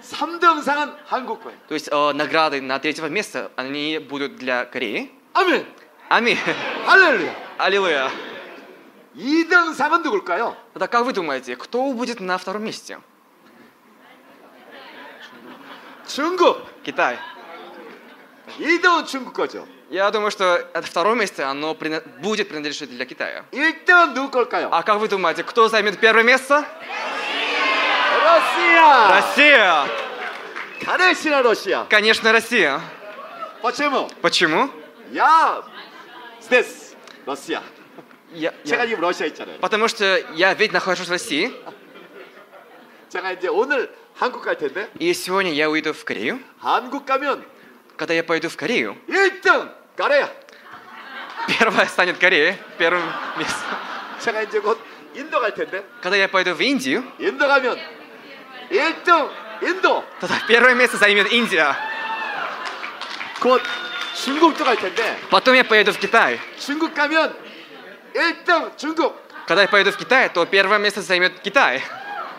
3등 상은 한국 거예요. То есть э, награды на третьего места, они будут для Кореи. 아멘. Аминь. *laughs* 할렐루야. Аллилуйя. 2등 상은 누굴까요? Тогда как вы думаете, кто будет на втором месте? 중국. Китай. 2등은 중국 거죠. Я думаю, что это второе место, оно прино- будет принадлежать для Китая. 1등은 누구 걸까요? А как вы думаете, кто займет первое место? 러시아. Россия! 가네시나 러시아. Конечно, Россия. 버체모. Почему? 야. 스데스. 러시아. Я- я- 제가 지금 러시아 있잖아요. Потому что я ведь нахожусь в России, 제가 이제 오늘 한국 갈 텐데 и сегодня я уйду в Корею. 한국 가면 Когда я пойду в Корею, *laughs* 1등 가래야. первое станет Корея, первым местом. 제가 이제 곧 인도 갈 텐데 Когда я пойду в Индию, 인도 가면 1등 인도 тогда первое место займет Индия. 곧 중국도 갈 텐데 Потом я поеду в Китай. 중국 가면 1등 중국 Когда я поеду в Китай, то первое место займет Китай.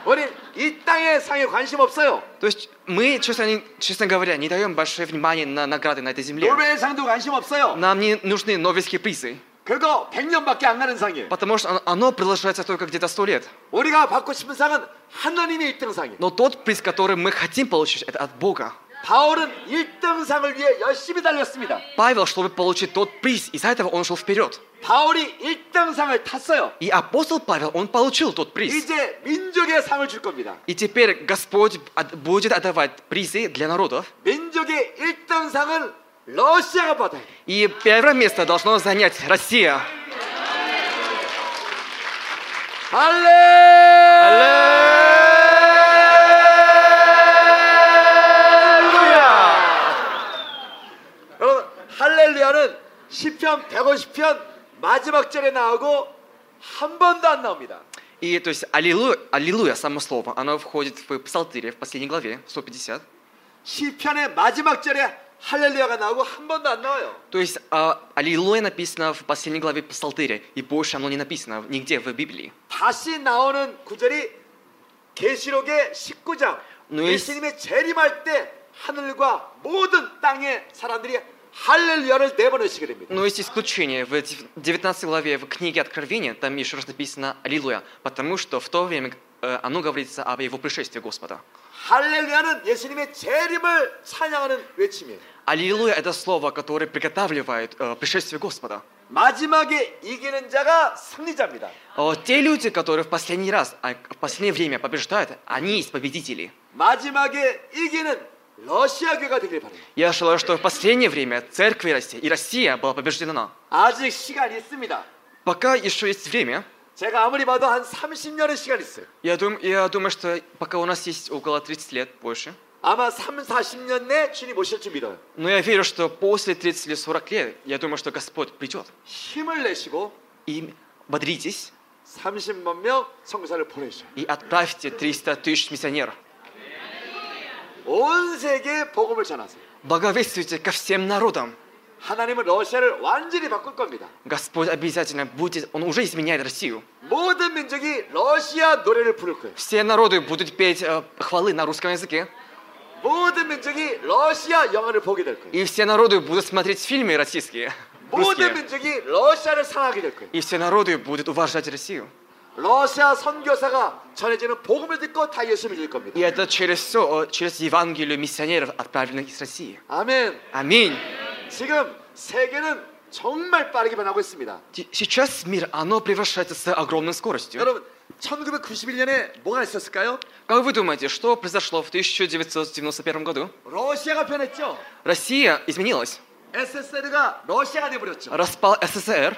우리 이 땅의 상에 관심 없어요 То есть мы, честно, не- честно говоря, не даем большое внимание на награды на этой земле. 노르웨이 상도 관심 없어요 Нам не нужны новейские призы, 그거 100년밖에 안 가는 상이에요 потому что он- оно продолжается только где-то сто лет. 우리가 받고 싶은 상은 하나님의 1등 상이에요 Но тот приз, который мы хотим получить, это от Бога. 바울은 1등 상을 위해 열심히 달렸습니다 Павел, чтобы получить тот приз, из-за этого он шел вперед. 바울이 1등 상을 탔어요 И апостол Павел, он получил тот приз. 이제 민족의 상을 줄 겁니다 И теперь Господь от- будет отдавать призы для народов. 민족의 1등 상을 러시아가 받아요 И первое место должно занять Россия. 할렐루야! 여러분 할렐루야는 시편 150편 마지막 절에 나오고 한 번도 안 나옵니다. И то есть аллилуйя, аллилуйя само слово, оно входит в Псалтире, в последней главе, 150. 시편의 마지막 절에 할렐루야가 나오고 한 번도 안 나와요. То есть а, аллилуйя написано в последней главе Псалтире, и больше оно не написано нигде в Библии. 다시 나오는 구절이 계시록의 19장 네. 예수님의 재림할 때 하늘과 모든 땅의 사람들이 할렐루야를 내보내시게 됩니다. Но Ну, есть исключение. В дев- 19 главе в книге Откровения там еще раз написано «Аллилуйя», потому что в то время э, оно говорится об его пришествии Господа. 할렐루야는 예수님의 재림을 찬양하는 외침이에요. Аллилуйя – это слово, которое приготавливает э, пришествие Господа. 마지막에 이기는 자가 승리자입니다. Э, те люди, которые в последний раз, а, в последнее время побеждают, они есть победители. 마지막에 이기는 러시아 교가 되길 바랍니다. Я желаю, что в последнее время церкви России и Россия была побеждена. 아직 시간이 있습니다. Пока еще есть время, 제가 아무리 봐도 한 30년의 시간이 있어요. я, дум- я думаю, что пока у нас есть около 30 лет больше, 아마 3, 40년 내 주님 오실 줄 믿어요. но я верю, что после 30 или 40 лет, я думаю, что Господь придет. 힘을 내시고 И бодритесь, 30만 명 선교사를 보내주세요. и отправьте 300 тысяч миссионеров. 온 세계에 복음을 전하세요. Благовествуйте ко всем народам. 하나님은 러시아를 완전히 바꿀 겁니다. Господь обязательно будет, Он уже изменяет Россию. 모든 민족이 러시아 노래를 부를 거예요. Все народы будут петь э, хвалы на русском языке, 모든 민족이 러시아 영화를 보게 될 거예요. и все народы будут смотреть фильмы российские, 모든 русские. 민족이 러시아를 사랑하게 될 거예요. И все народы будут уважать Россию. 러시아 선교사가 전해지는 복음을 듣고 다 예수 믿을 겁니다. И это через все, через Евангелие миссионеров, отправленных из России. 아멘. Аминь. 지금 세계는 정말 빠르게 변하고 있습니다. Те- Сейчас мир, оно превращается с огромной скоростью. 여러분, 1991년에 뭐가 있었을까요? Как вы думаете, что произошло в 1991 году? 러시아가 변했죠. Россия изменилась. SSL가 러시아가 돼버렸죠. Распал СССР.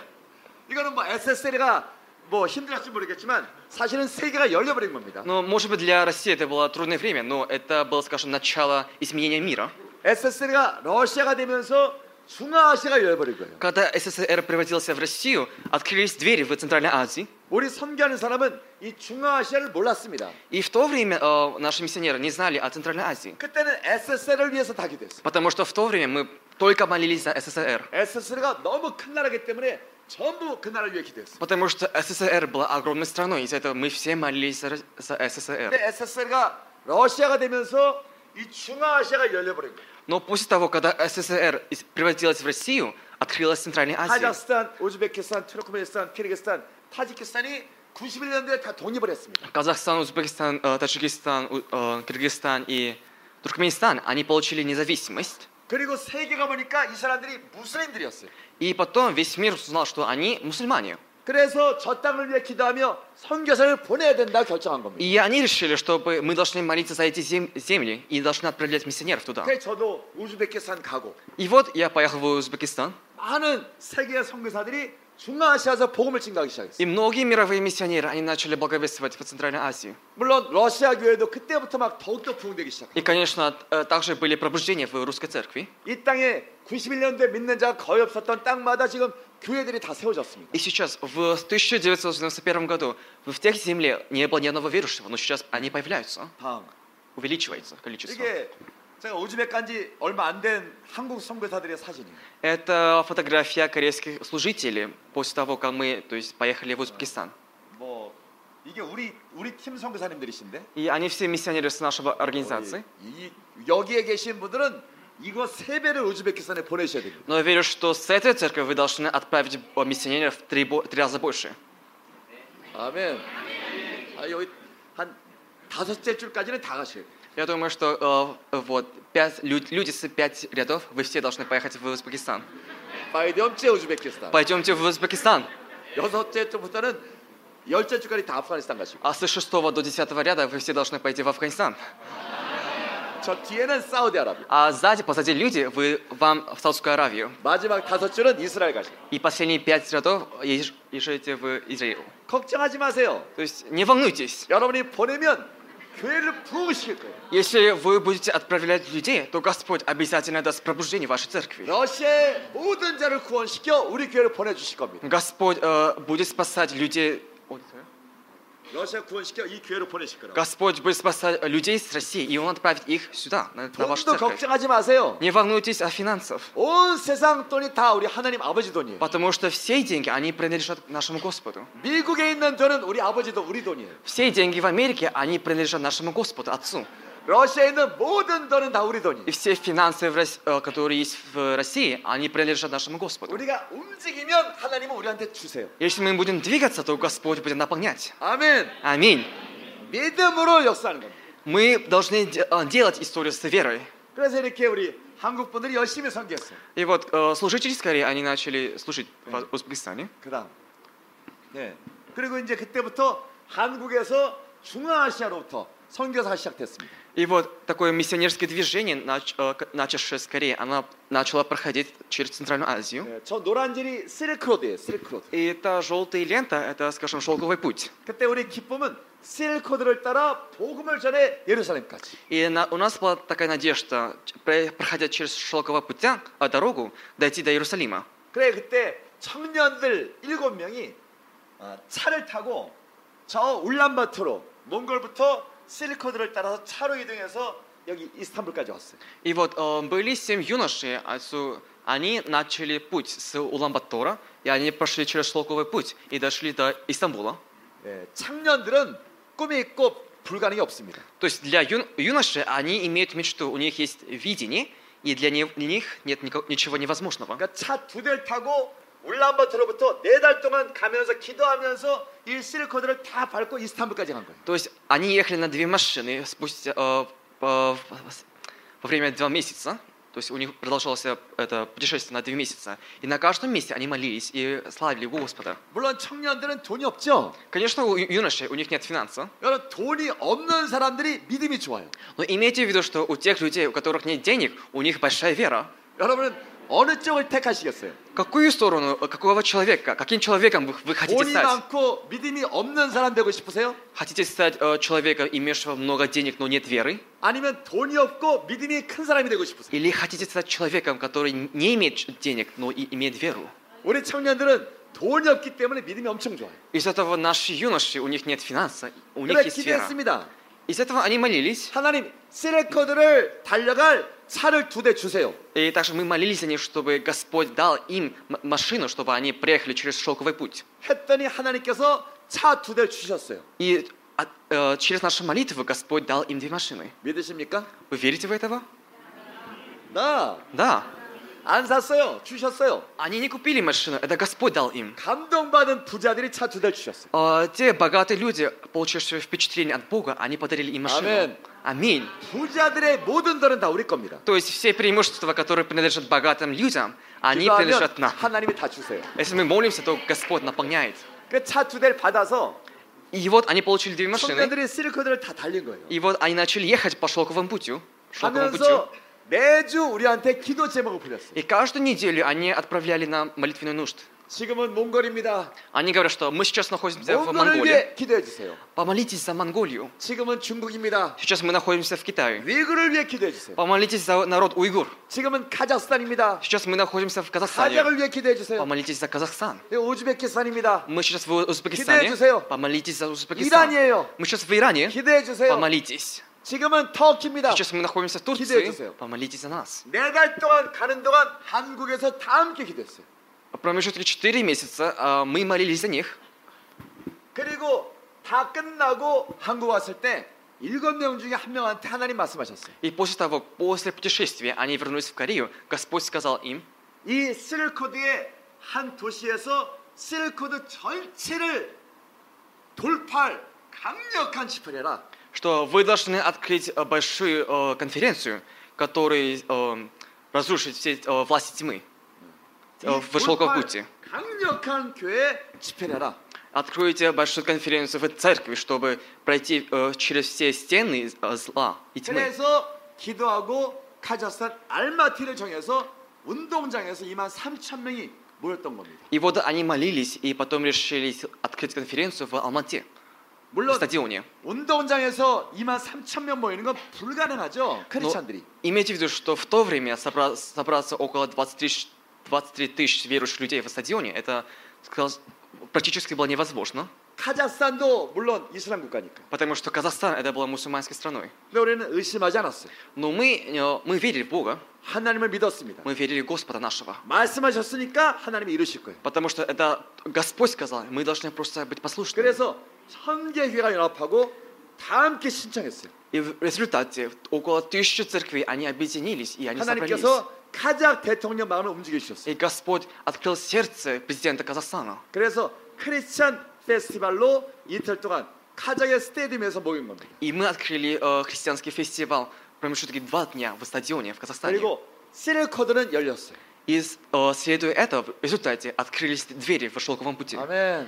이거는 뭐 SSL가 뭐 힘들었을지 모르겠지만 사실은 세계가 열려버린 겁니다. Но, Ну, может быть, для России это было трудное время, но это было, скажем, начало изменения мира. SSL가 러시아가 되면서 중앙아시아가 열려버린 거예요. Когда СССР превратился в Россию, открылись двери в Центральной Азии. 우리 선교하는 사람은 이 중앙아시아를 몰랐습니다. И в то время э, наши миссионеры не знали о Центральной Азии. 그때는 SSL을 위해서 다게 됐어요. Потому что в то время мы только молились за СССР. SSL가 너무 큰 나라기 때문에 전부 그 나라를 위해 기도했어요. Потому что СССР была огромной страной, из-за этого мы все молились за, Рос- за СССР. 근데 SSL가 러시아가 되면서 이 중앙아시아가 열려버린 거예요. Но после того, когда СССР из- превратилась в Россию, открылась Центральная Азия. 카자흐스탄, 우즈베키스탄, 투르크메니스탄, 키르기스탄, 타지키스탄이 91년도에 다 독립을 했습니다. Казахстан, Узбекистан, э, Таджикистан, У- э, Кыргызстан и Туркменистан, они получили независимость. 그리고 세계가 보니까 이 사람들이 무슬림들이었어요. И потом весь мир узнал, что они мусульмане. 그래서 저 땅을 위해 기도하며 선교사를 보내야 된다 결정한 겁니다. И они решили, чтобы мы должны молиться за эти зем- земли и должны отправлять миссионеров туда. 그래서 저도 우즈베키스탄 가고 И вот я поехал в Узбекистан, 많은 세계의 선교사들이 중앙아시아에서 복음을 증가하기 시작했어요. и многие мировые миссионеры, они начали благовествовать по Центральной Азии. 물론 러시아 교회도 그때부터 막 더욱더 부흥되기 시작해요. И, конечно, э, также были пробуждения в русской церкви. 이 땅에 91년도에 믿는 자가 거의 없었던 땅마다 지금 교회들이 다 세워졌습니다. И сейчас, в 1991 году, в тех земле не было ни одного верующего, но сейчас они появляются, 다음. увеличивается количество. 이게 제가 우즈벡 간지 얼마 안 된 한국 선교사들의 사진이에요. Это фотография корейских служителей после того, как мы то есть, поехали в Узбекистан. 뭐 이게 우리 우리 팀 선교사님들이신데 И они все миссионеры с нашей организации. 이, 이- 여기에 계신 분들은 이거 세 배를 우즈베키스탄에 보내셔야 됩니다. Но я верю, что с этой церкви вы должны отправить э, миссионеров в три, бо- три раза больше. 아멘. 아 여기 한 다섯째 줄까지는 다 가셔야 돼요. Я думаю, что э, вот, пять, лю- люди с пять рядов, вы все должны поехать в Узбекистан. 파이디엄째 우즈베키스탄. Пойдемте в Узбекистан. 여섯째 줄부터는 열째 줄까지 다 아프가니스탄 가시고 А с 6 до 10 ряда вы все должны пойти в Афганистан. 저 뒤에는 사우디아라비아. А сзади, позади люди, вы, вам в Саудовскую Аравию. 마지막 다섯 줄은 이스라엘 가시고 И последние пять рядов еж- езжайте в Израиль. 걱정하지 마세요. То есть не волнуйтесь. 여러분이 보내면 교회를 부으실 거예요. Если вы будете отправлять людей, то Господь обязательно даст пробуждение вашей церкви. 러시아의 모든 자를 구원시켜 우리 교회를 보내주실 겁니다. Господь э, будет спасать людей. Ой, sorry. 러시아 구원시켜 이 교회로 보내실 거라고. Господь будет спасать людей с России, и Он отправит их сюда, на, на вашу 돈도 церковь. 걱정하지 마세요. Не волнуйтесь о финансах, 온 세상 돈이 다 우리 하나님 아버지 돈이에요. потому что все деньги, они принадлежат нашему Господу. 미국에 있는 돈은 우리 아버지 돈, 우리 돈이에요. Все деньги в Америке, они принадлежат нашему Господу, Отцу. 러시아에 있는 모든 돈은 다 우리 돈이에요. И все финансы, в Рос- э, которые есть в России, они принадлежат нашему Господу. 우리가 움직이면 하나님은 우리한테 주세요. Если мы будем двигаться, то Господь будет наполнять. 아멘. Аминь. 믿음으로 역사하는 겁니다. Мы должны де- э, делать историю с верой. 그래서 이렇게 우리 한국 분들이 열심히 선교했어요. И вот э, служители скорее, они начали служить в Узбекистане. 그다음. 네. 그리고 이제 그때부터 한국에서 중앙아시아로부터 선교사 시작됐습니다. И вот такое миссионерское движение, нач- э, к- начавшее скорее, оно начало проходить через Центральную Азию. 네, 저 노란 줄이 실크로드예요. 실크로드. И эта желтая лента, это, скажем, шелковый путь. 그때 우리 기쁨은 실크로드를 따라 복음을 전해 예루살렘까지. И на- у нас была такая надежда, ч- пре- проходя через шелковый путя, а, дорогу, дойти до Иерусалима. 그래 그때 청년들 일곱 명이 아, 차를 타고 저 울란바토로 몽골부터 실크로드를 따라서 차로 이동해서 여기 이스탄불까지 왔어요. И вот э, были семь юношей, отцу- они начали путь с Улан-Батора, и они прошли через шелковый путь и дошли до Истамбула. 예, 청년들은 꿈이 있고 불가능이 없습니다. То есть для юн- юноши они имеют мечту, у них есть видение, и для, не- для них нет нико- ничего невозможного. 그러니까 차 두 대를 타고 울란바토로부터 네 달 동안 가면서 기도하면서 이 실크로드를 다 밟고 이스탄불까지 간 거예요. То есть они ехали на две машины спустя, э, по- во время два месяца, то есть у них продолжалось это путешествие на два месяца, и на каждом месте они молились и славили Господа. 물론 청년들은 돈이 없죠. Конечно, у ю- юношей у них нет финансов, 여러분 돈이 없는 사람들이 믿음이 좋아요. но имейте в виду, что у тех людей, у которых нет денег, у них большая вера. 여러분은 어느 쪽을 택하시겠어요? Какую сторону, э, какого человека, каким человеком вы, вы хотите 돈이 стать? 많고 믿음이 없는 사람 되고 싶으세요? Хотите стать э, человеком, имеющего много денег, но нет веры? 아니면 돈이 없고 믿음이 큰 사람이 되고 싶으세요? Или хотите стать человеком, который не имеет ч- денег, но и имеет веру? 우리 청년들은 돈이 없기 때문에 믿음이 엄청 좋아요. Из этого наши юноши, у них нет финанса, у них 그래 есть вера. 기대했습니다. Из этого они молились, 하나님 시레코드를 달려갈 차를 두 대 주세요. и также мы молились о них, чтобы Господь дал им м- машину, чтобы они приехали через шелковый путь. 했더니 하나님께서 차 두 대 주셨어요. И от- э, через наши молитвы Господь дал им две машины. 믿으십니까? Вы верите в этого? 나 안 Да. 샀어요. 주셨어요. Они не купили машину, это Господь дал им. 감동받은 부자들이 차 두 대 주셨어요. А, те богатые люди, получившие впечатление от Бога, они подарили им машину. Амин. Аминь. 부자들의 모든 돈은 다 우리 겁니다. То есть все преимущества, которые принадлежат богатым людям, они 기도하면 принадлежат нам. 하나님이 다 주세요. Если мы молимся, то Господь наполняет. 그 차 두 대를 받아서 И вот они получили две машины, 청년들이 시리코드를 다 달린 거예요. и вот они начали ехать по шелковому 뭐 путю. Шелковому путю. 하면서 매주 우리한테 기도 제목을 부렸어요. И каждую неделю они отправляли нам молитвенную нужд. 지금은 몽골입니다. Они говорят, что мы сейчас находимся в 몽골을 Монголии. 위해 기도해 주세요. Помолитесь за Монголию. 지금은 중국입니다. Сейчас мы находимся в Китае. 위구를 위해 기도해 주세요. Помолитесь за народ уйгур. 지금은 카자흐스탄입니다. Сейчас мы находимся в Казахстане. 사장을 위해 기도해 주세요. Помолитесь за Казахстан. 네, 우즈베키스탄입니다. Мы сейчас в Узбекистане. 기도해주세요. Помолитесь за Узбекистан. 이란이에요. Мы сейчас в Иране. 기도해 주세요. Помолитесь. 지금은 터키입니다. Сейчас мы находимся в Турции. 기도해주세요. Помолитесь за нас. 네 달 동안 가는 동안 한국에서 다 함께 기도했어요. В промежутке 4 месяца а, мы молились за них. 그리고 다 끝나고 한국 왔을 때 일곱 명 중에 한 명한테 하나님 말씀하셨어요. И после того, после путешествия, они вернулись в Корею. Господь сказал им, 이 실코드의 한 도시에서 실코드 전체를 돌파할 강력한 집회를 해라. что вы должны открыть э, большую э, конференцию, которая э, разрушит все э, власти тьмы 이 э, в 돌파할 Шелковом пути. 강력한 교회 집회를 해라. Откройте большую конференцию в церкви, чтобы пройти э, через все стены э, зла и тьмы. 그래서 기도하고 카자흐스탄 알마티를 정해서 운동장에서 2만 3천 명이 모였던 겁니다. И вот они молились, и потом решили открыть конференцию в Алмате, в 물론 стадионе. 운동장에서 2만 3천 명 모이는 건 불가능하죠. 크리스찬들이. Имейте в виду, что в то время собра- собраться около 23 тысяч- 23 тысяч верующих людей в стадионе, это сказалось, практически было невозможно, 카자흐스탄도 물론 이슬람 국가니까. потому что Казахстан это была мусульманской страной. 근데 우리는 의심하지 않았어요. Но мы, э, мы верили в Бога, 하나님을 믿었습니다. мы верили в Господа нашего. 말씀하셨으니까 하나님이 이루실 거예요. Потому что это Господь сказал, мы должны просто быть послушными. 그래서 천개 회가 연합하고 다 함께 신청했어요. И в результате около тысячи церквей они объединились и они собрались. 하나님께서 카자흐 대통령 마음을 움직이셨어요. И Господь открыл сердце президента Казахстана. 그래서 크리스찬 페스티벌로 이틀 동안 카자흐의 스테디움에서 모인 겁니다. И мы открыли э, христианский фестиваль в промежутке два дня в стадионе в Казахстане. 그리고 실코드는 열렸어요. И с- э, следуя этого, в результате открылись двери в шелковом пути. 아멘.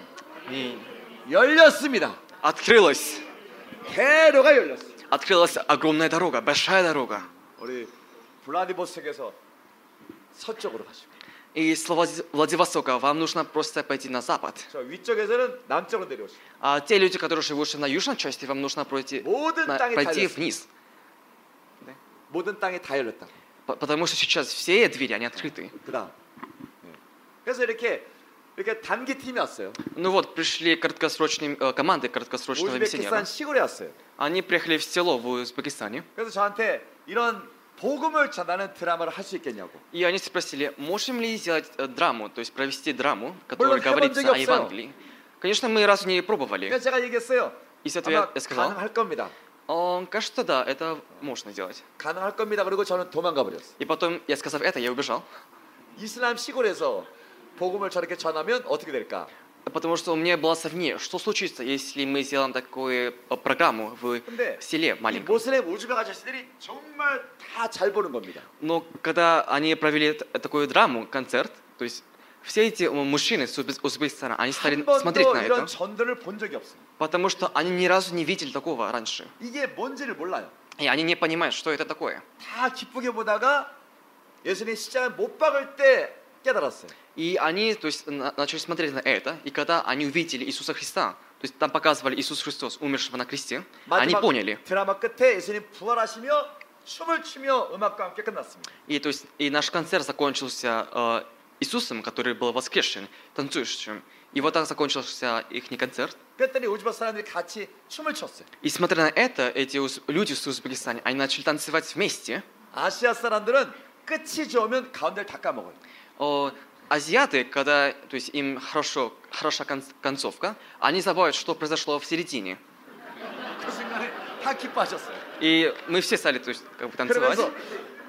И 열렸습니다. открылась, 대로가 열렸어요. открылась огромная дорога, большая дорога. 우리 블라디보스에서 서쪽으로 가시고 И с Влади- Владивостока вам нужно просто пойти на запад. 저 위쪽에서는 남쪽으로 내려오시고 А те люди, которые живут на южной части, вам нужно пройти, 모든 на- 땅이 пройти 달렸어. вниз. 모든 땅이 다 열렸다. По- Потому что сейчас все двери, они открыты. 그다음. 예. 그래서 이렇게 이렇게 단기 팀이 왔어요. Ну вот, пришли краткосрочные э, команды краткосрочного 우즈베키스탄 миссионера. 시골에 왔어요. Они приехали в село в Узбекистане. 그래서 저한테 이런 복음을 전하는 드라마를 할 수 있겠냐고. И они спросили, можем ли сделать э, драму, то есть провести драму, которая Было говорится хлебом о дегтя. Евангелии. Конечно, мы разу не пробовали. 그래서 제가 얘기했어요. И с этого 아마 я- я сказал, 가능할 겁니다. «О, Э, кажется, да, это можно делать. 가능할 겁니다. 그리고 저는 도망가 버렸어요. И потом, я сказав это, я убежал. 이슬람 시골에서 복음을 저렇게 전하면 어떻게 될까? Потому что у меня была сомнение, что случится, если мы сделаем такую э, программу в 근데 селе 이 маленьком. 모슬렘 우즈벡 아저씨들이 정말 다 잘 보는 겁니다. Но когда они провели т- такую драму, концерт, то есть все эти э, мужчины с Узбе- Узбекистана, они стали 한 번도 смотреть на 이런 это, 전도를 본 적이 없어요. потому что они ни разу не видели такого раньше. 이게 뭔지를 몰라요. И они не понимают, что это такое. 다 기쁘게 보다가 예수님 십자가에 못 박을 때 깨달았어요. И они, то есть, на- начали смотреть на это, и когда они увидели Иисуса Христа, то есть там показывали Иисус Христос, умершего на кресте, они 마지막 поняли. 드라마 끝에 예수님 부활하시며 춤을 추며 음악과 함께 끝났습니다. И, то есть, и наш концерт закончился э, Иисусом, который был воскрешен, танцующим. И вот так закончился их концерт. 그랬더니 우즈벡 사람들이 같이 춤을 췄어요. И смотря на это, эти уз- люди из Узбекистана, они начали танцевать вместе. 아시아 사람들은 끝이 좋으면 가운데를 다 까먹어요. О, Э, азиаты, когда то есть, им хорошо, хороша кон- концовка, они забывают, что произошло в середине. 그 순간에 다 기뻐하셨어요. И мы все стали то есть, как бы танцевать. 그러면서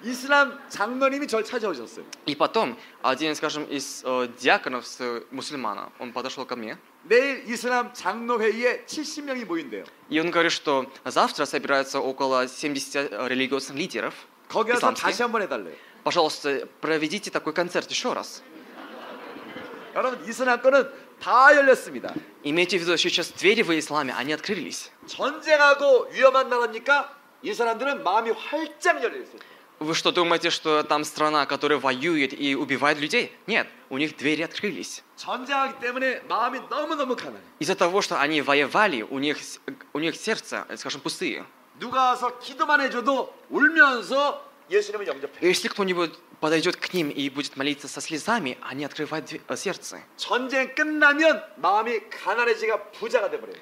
이슬람 장로님이 저를 찾아오셨어요. И потом один, скажем, из э, диаконов с э, мусульмана, он подошел ко мне, 내일 이슬람 장로 회의에 70명이 모인대요. и он говорит, что завтра собираются около 70 религиозных лидеров. 거기 가서 исламских. 다시 한번 해달래요. Пожалуйста, проведите такой концерт еще раз. 여러분 이슬람 거는 다 열렸습니다. Имейте в виду, что сейчас двери в исламе, они открылись. 전쟁하고 위험한 나라니까 이 사람들은 마음이 활짝 열려 있어요. Вы что, думаете, что там страна, которая воюет и убивает людей? Нет, у них двери открылись. 전쟁하기 때문에 마음이 너무 너무 가난해. Из-за того, что они воевали, у них, с- у них сердца, э, скажем, пустые. 누가 와서 기도만 해줘도 울면서 예수님을 영접해. И Если кто-нибудь подойдет к ним и будет молиться со слезами, они открывают дверь- э, сердце. 전쟁 끝나면 마음이 가난해지가 부자가 돼버려요.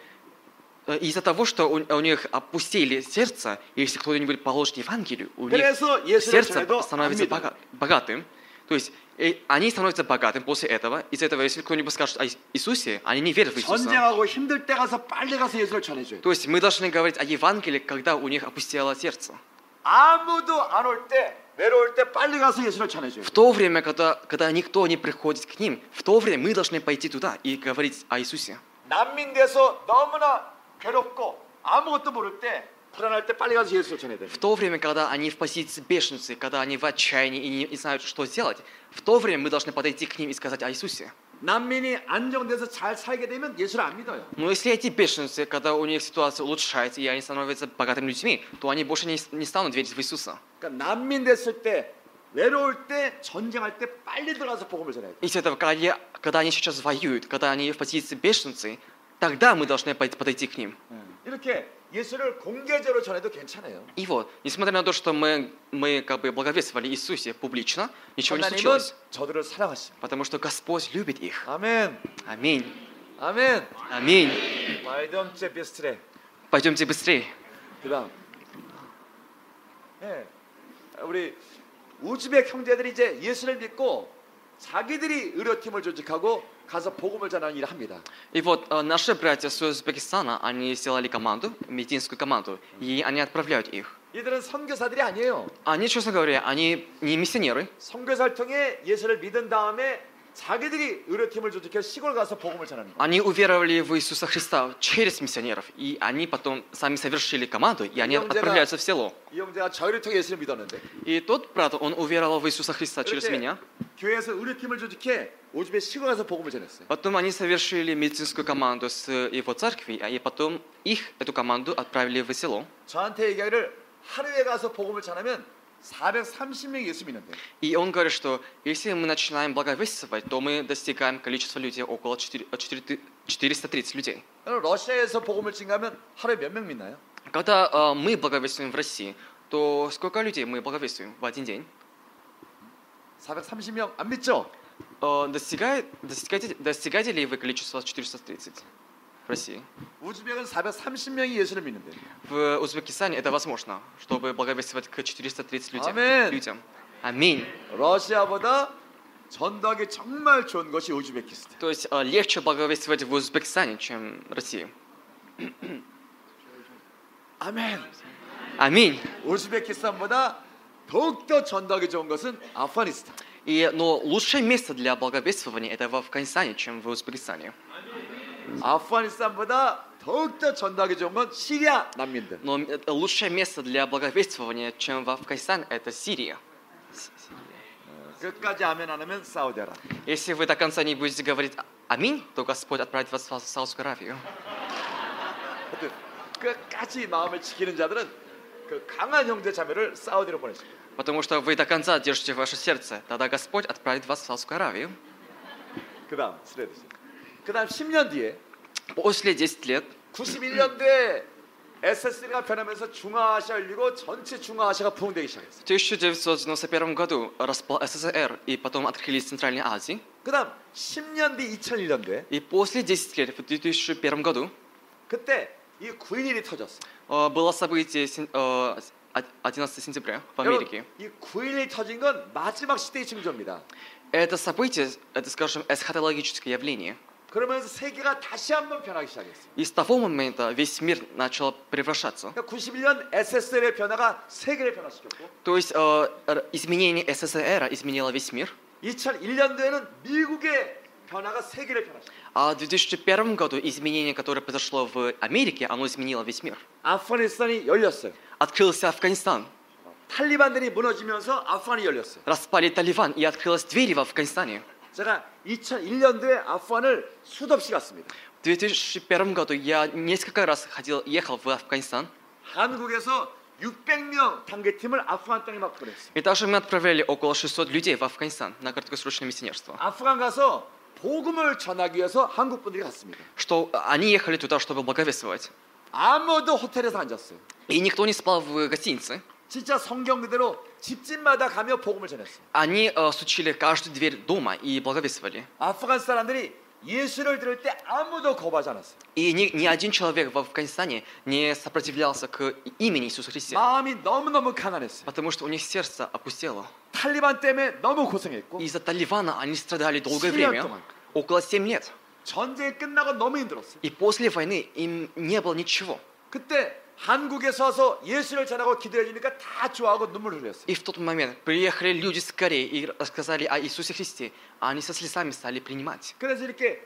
Э, Из-за того, что у, у них опустили сердце, если кто-нибудь положит Евангелие, у них 그래서 예수를 сердце 전해도 안 становится 믿어요. бога- богатым. То есть э, они становятся богатым после этого. Из-за этого, если кто-нибудь скажет о Ис- Иисусе, они не верят в Иисуса. 전쟁하고 힘들 때 가서 빨리 가서 예수를 전해줘요. То есть мы должны говорить о Евангелии, когда у них опустело сердце. 아무도 안 올 때 외로울 때 빨리 가서 예수를 전해줘요. В то время, когда, когда никто не приходит к ним, в то время мы должны пойти туда и говорить о Иисусе. 난민 돼서 너무나 괴롭고 아무것도 모를 때 불안할 때 빨리 가서 예수를 전해야 돼요. В то время, когда они в позиции бешенцы, когда они в отчаянии и не и знают, что делать, в то время мы должны подойти к ним и сказать о Иисусе. 난민이 안정돼서 잘 살게 되면 예수를 안 믿어요. Но если эти бешенцы, когда у них ситуация улучшается и они становятся богатыми людьми, то они больше не, не станут верить в Иисуса. 그러니까 난민 됐을 때 외로울 때 전쟁할 때 빨리 들어가서 복음을 전해야 돼. Из этого, когда они, когда они сейчас воюют, когда они в позиции бешенцы, тогда мы должны пой- подойти к ним. 이렇게 예수를 공개적으로 전해도 괜찮아요. И вот, несмотря на то, что мы, мы как бы благовествовали Иисусе публично, ничего не 하나님은 случилось, 저들을 사랑하십니다. потому что Господь любит их. 아멘. Аминь. 아멘. Аминь. 말덤째 비스트레. Пойдемте быстрее. 그다음. 예. 우리 우즈벡 형제들이 이제 예수를 믿고 자기들이 의료팀을 조직하고 가서 복음을 전하는 일을 합니다. И вот э, наши братья с Узбекистана, они сделали команду, медицинскую команду, и они отправляют их. 이들은 선교사들이 아니에요. Они, честно говоря, они не миссионеры, 선교사를 통해 예수를 믿은 다음에 자기들이 의료팀을 조직해 시골 가서 복음을 전하는 거예요. они уверовали в Иисуса Христа через миссионеров, и они потом сами совершили команду, и они Идем, деда. отправляются в село. 이 형제가 저희를 통해 예수를 믿었는데 И тот брат, он уверовал в Иисуса Христа через 이렇게 меня. 교회에서 의료팀을 조직해 오집에 시골 가서 복음을 전했어요. Потом они совершили медицинскую команду с его церкви, а и потом их, эту команду, отправили в село. 저한테 얘기하기를 하루에 가서 복음을 전하면 430명 예수 믿는데 И он говорит, что если мы начинаем благовествовать, то мы достигаем количества людей около 4, э, 4 ты- 430 людей. 여러분, 러시아에서 복음을 증가하면 하루에 몇 명 믿나요? Когда э, мы благовествуем в России, то сколько людей мы благовествуем в один день? 430명 안 믿죠? Э, достигает, достигаете, достигаете ли вы количество 430 в России? 우즈벡은 430명이 예수를 믿는데 В Узбекистане это возможно, чтобы благовествовать к 430 людям. Аминь. людям. Аминь. 러시아보다 전도하기 정말 좋은 것이 우즈베키스탄. То есть э, легче благовествовать в Узбекистане, чем в России. 아멘. Аминь. 우즈베키스탄보다 더욱더 전도하기 좋은 것은 아프가니스탄. И, но лучшее место для благовествования это в Афганистане, чем в Узбекистане. 아프가니스탄보다 더욱더 전도하기 좋은 건 시리아 난민들. Но э, лучшее место для благовествования, чем в Афганистане, это Сирия. 끝까지 아멘 안 하면 사우디아라. Если вы до конца не будете говорить «А- «Аминь», то Господь отправит вас в Сау- Саудовскую Аравию. 끝까지 마음을 지키는 자들은 그 강한 형제 자매를 사우디로 보내십니다. потому что вы до конца держите ваше сердце. Тогда Господь отправит вас в Саудовскую Аравию. 그다음 следующий. 그다음 10년 뒤에 После 10 лет 91년도에 SSC가 변하면서 중앙아시아 열리고 전체 중앙아시아가 부흥되기 시작했어요. В 1991 году распал СССР, и потом открылись Центральной Азии. 그다음 10년 뒤 2001년도에 И после 10 лет, в 2001 году, 그때 이 9.11이 터졌어요. э, было событие сен- э, од- 11 сентября Э, в Америке. 여러분, 이 9.11이 터진 건 마지막 시대의 징조입니다. Это событие, это, скажем, эсхатологическое явление. 그러면서 세계가 다시 한번 변하기 시작했어요. И с того момента весь мир начал превращаться. 그러니까 91년 SSL의 변화가 세계를 변화시켰고 То есть э, р- изменение СССР изменило весь мир, 2001년도에는 미국의 변화가 세계를 변화시켰고 а в 2001 году изменение, которое произошло в Америке, оно изменило весь мир. 아프가니스탄이 열렸어요. Открылся Афганистан, 탈리반들이 무너지면서 아프간이 열렸어요. распали Талибан, и открылась двери в Афганистане. 제가 2001년도에 아프간을 수도 없이 갔습니다. В 2001 году я несколько раз ходил, ехал в Афганистан. 한국에서 600명 단계팀을 아프간 땅에 막 보냈어요. И также мы отправляли около 600 людей в Афганистан на краткосрочное миссионерство. 아프간 가서 복음을 전하기 위해서 한국 분들이 갔습니다. Что они ехали туда, чтобы благовествовать. 아무도 호텔에서 앉았어요. И никто не спал в гостинице. 진짜 성경 그대로 집집마다 가며 복음을 전했어요. Они э, стучили каждую дверь дома и благовествовали. 아프간 사람들이 예수를 들을 때 아무도 거부하지 않았어요. И ни, ни один человек в Афганистане не сопротивлялся к имени Иисуса Христа. 마음이 너무너무 가난했어요. Потому что у них сердце опустело. 탈리반 때문에 너무 고생했고 Из-за Талибана они страдали долгое 7 время, лет. около 7 лет. 전쟁이 끝나고 너무 힘들었어요. И после войны им не было ничего. 그때 한국에서 와서 예수를 전하고 기도해 주니까 다 좋아하고 눈물 흘렸어요. И в тот момент приехали люди с Кореи и рассказали о Иисусе Христе, а они со слезами стали принимать. 그래서 이렇게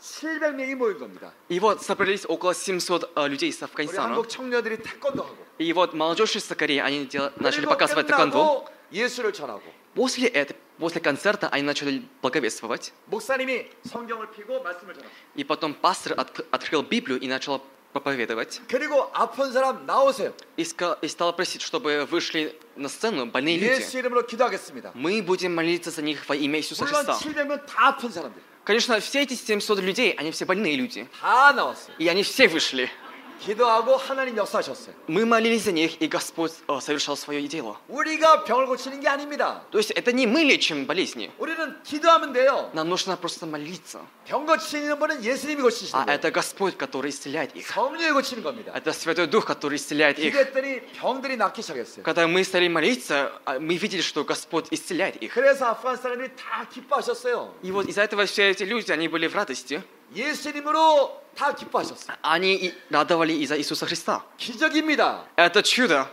700명이 모인 겁니다. И вот собрались около 700 э, людей из 우리 Афганистана. 한국 청년들이 태권도 하고 И вот молодежь из Кореи, они дела- начали 그리고 показывать тэквондо. 끝나고 예수를 전하고 После этого, после концерта они начали благовествовать. 목사님이 성경을 피고 말씀을 전하고 И потом пастор отк- открыл Библию и начал проповедовать. 그리고 아픈 사람 나오세요. И, ска- и стал просить, чтобы вышли на сцену больные 예수 люди. 네, 이름으로 기도하겠습니다. Мы будем молиться за них во имя Иисуса 물론 Христа. 700명 다 아픈 사람들 Конечно, все эти 700 людей, они все больные люди. 다 나왔어요. И они все вышли. 기도하고 하나님 역사하셨어요. Мы молились за них, и Господь э, совершал свое дело. 우리가 병을 고치는 게 아닙니다. То есть это не мы лечим болезни. 우리는 기도하면 돼요. Нам нужно просто молиться. 병 고치는 분은 예수님이 А 고치시는 거예요. это Господь, который исцеляет их. 성령이 고치는 겁니다. Это Святой Дух, который исцеляет их. 기도했더니 병들이 낫기 시작했어요. Когда мы стали молиться, а, мы видели, что Господь исцеляет их. 그래서 아프간 사람들이 다 기뻐하셨어요. И вот из-за этого все эти люди, они были в радости. 예수님으로 다 기뻐하셨어요. Они и радовали из-за Иисуса Христа. 기적입니다. Это чудо.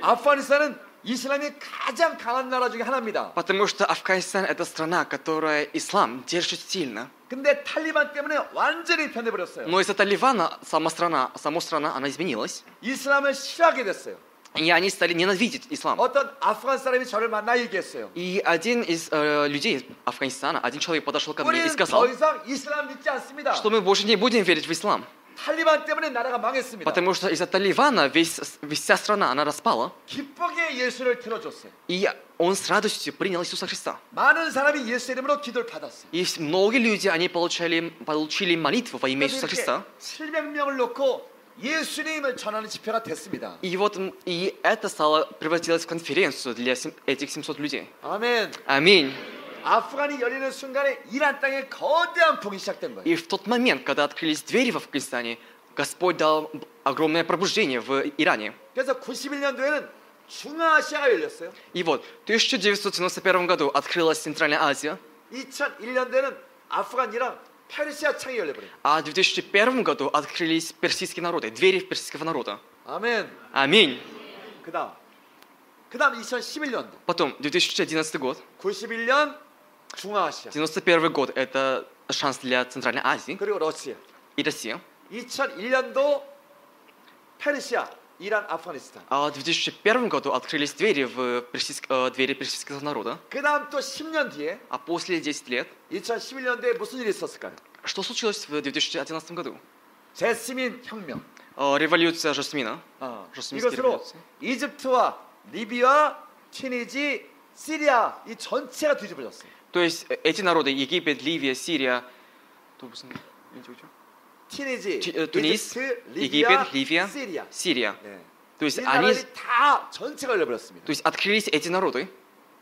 아프가니스탄은 이슬람이 가장 강한 나라 중에 하나입니다. Потому что Афганистан – это страна, которая ислам держит сильно. 근데 탈리반 때문에 완전히 변해버렸어요. Но из-за Талибана сама страна, сама страна, она изменилась. 이슬람을 싫어하게 됐어요. И они стали ненавидеть ислам. 어떤 아프간 사람이 저를 만나 얘기했어요. И один из э, людей из Афганистана, один человек подошел ко мне и 우리는 сказал, 더 이상 이슬람 믿지 않습니다. что мы больше не будем верить в ислам, 탈리반 때문에 나라가 망했습니다. потому что из-за Талибана весь, весь- вся страна, она распала. 기쁘게 예수를 들어줬어요. И он с радостью принял Иисуса Христа. 많은 사람이 예수 이름으로 기도를 받았어요. И с- многие люди, они получали, получили молитву во имя 그래서 Иисуса 이렇게 Христа. 700명을 놓고 예수님을 전하는 집회가 됐습니다. И вот м, и это стало превратилось в конференцию для сем- этих 700 людей. 아멘. Аминь. 아프간이 열리는 순간에 이란 땅에 거대한 폭이 시작된 거예요. И в тот момент, когда открылись двери в Афганистане, Господь дал б- огромное пробуждение в Иране. 그래서 91년도에는 중앙아시아가 열렸어요. И вот, в 1991 году открылась Центральная Азия, 2001년도에는 아프간이랑 페르시아 창이 열려버려요. а в 2001 году открылись персидские народы, двери персидского народа. 아멘. Аминь. 그다음. 그다음 2011년도. Потом, 2011 год, 91년 중앙아시아. 91 год – это шанс для Центральной Азии 그리고 러시아. и России. 2001년도 페르시아, 이란, 아프가니스탄. А в 2001 году открылись двери, в персидск- э, двери персидского народа. 그다음 또 10년 뒤에 А после 10 лет, 2011년도에 무슨 일이 있었을까요? что случилось в 2011 году? 제스민 혁명. Э, Революция Жасмина. 어, 그렇습니다. 이것으로 이집트와 리비아, 튀니지, 시리아 이 전체가 뒤집어졌어요. То есть э, эти народы, Египет, Ливия, Сирия, Тубусан, 튀니지, 튀- 어, 투니스, 이집트, 리비아, 이집트, 리비아, 시리아. Сирия. 네. То есть 이 они, 나라들이 다 전체가 열려버렸습니다. то есть открылись эти народы.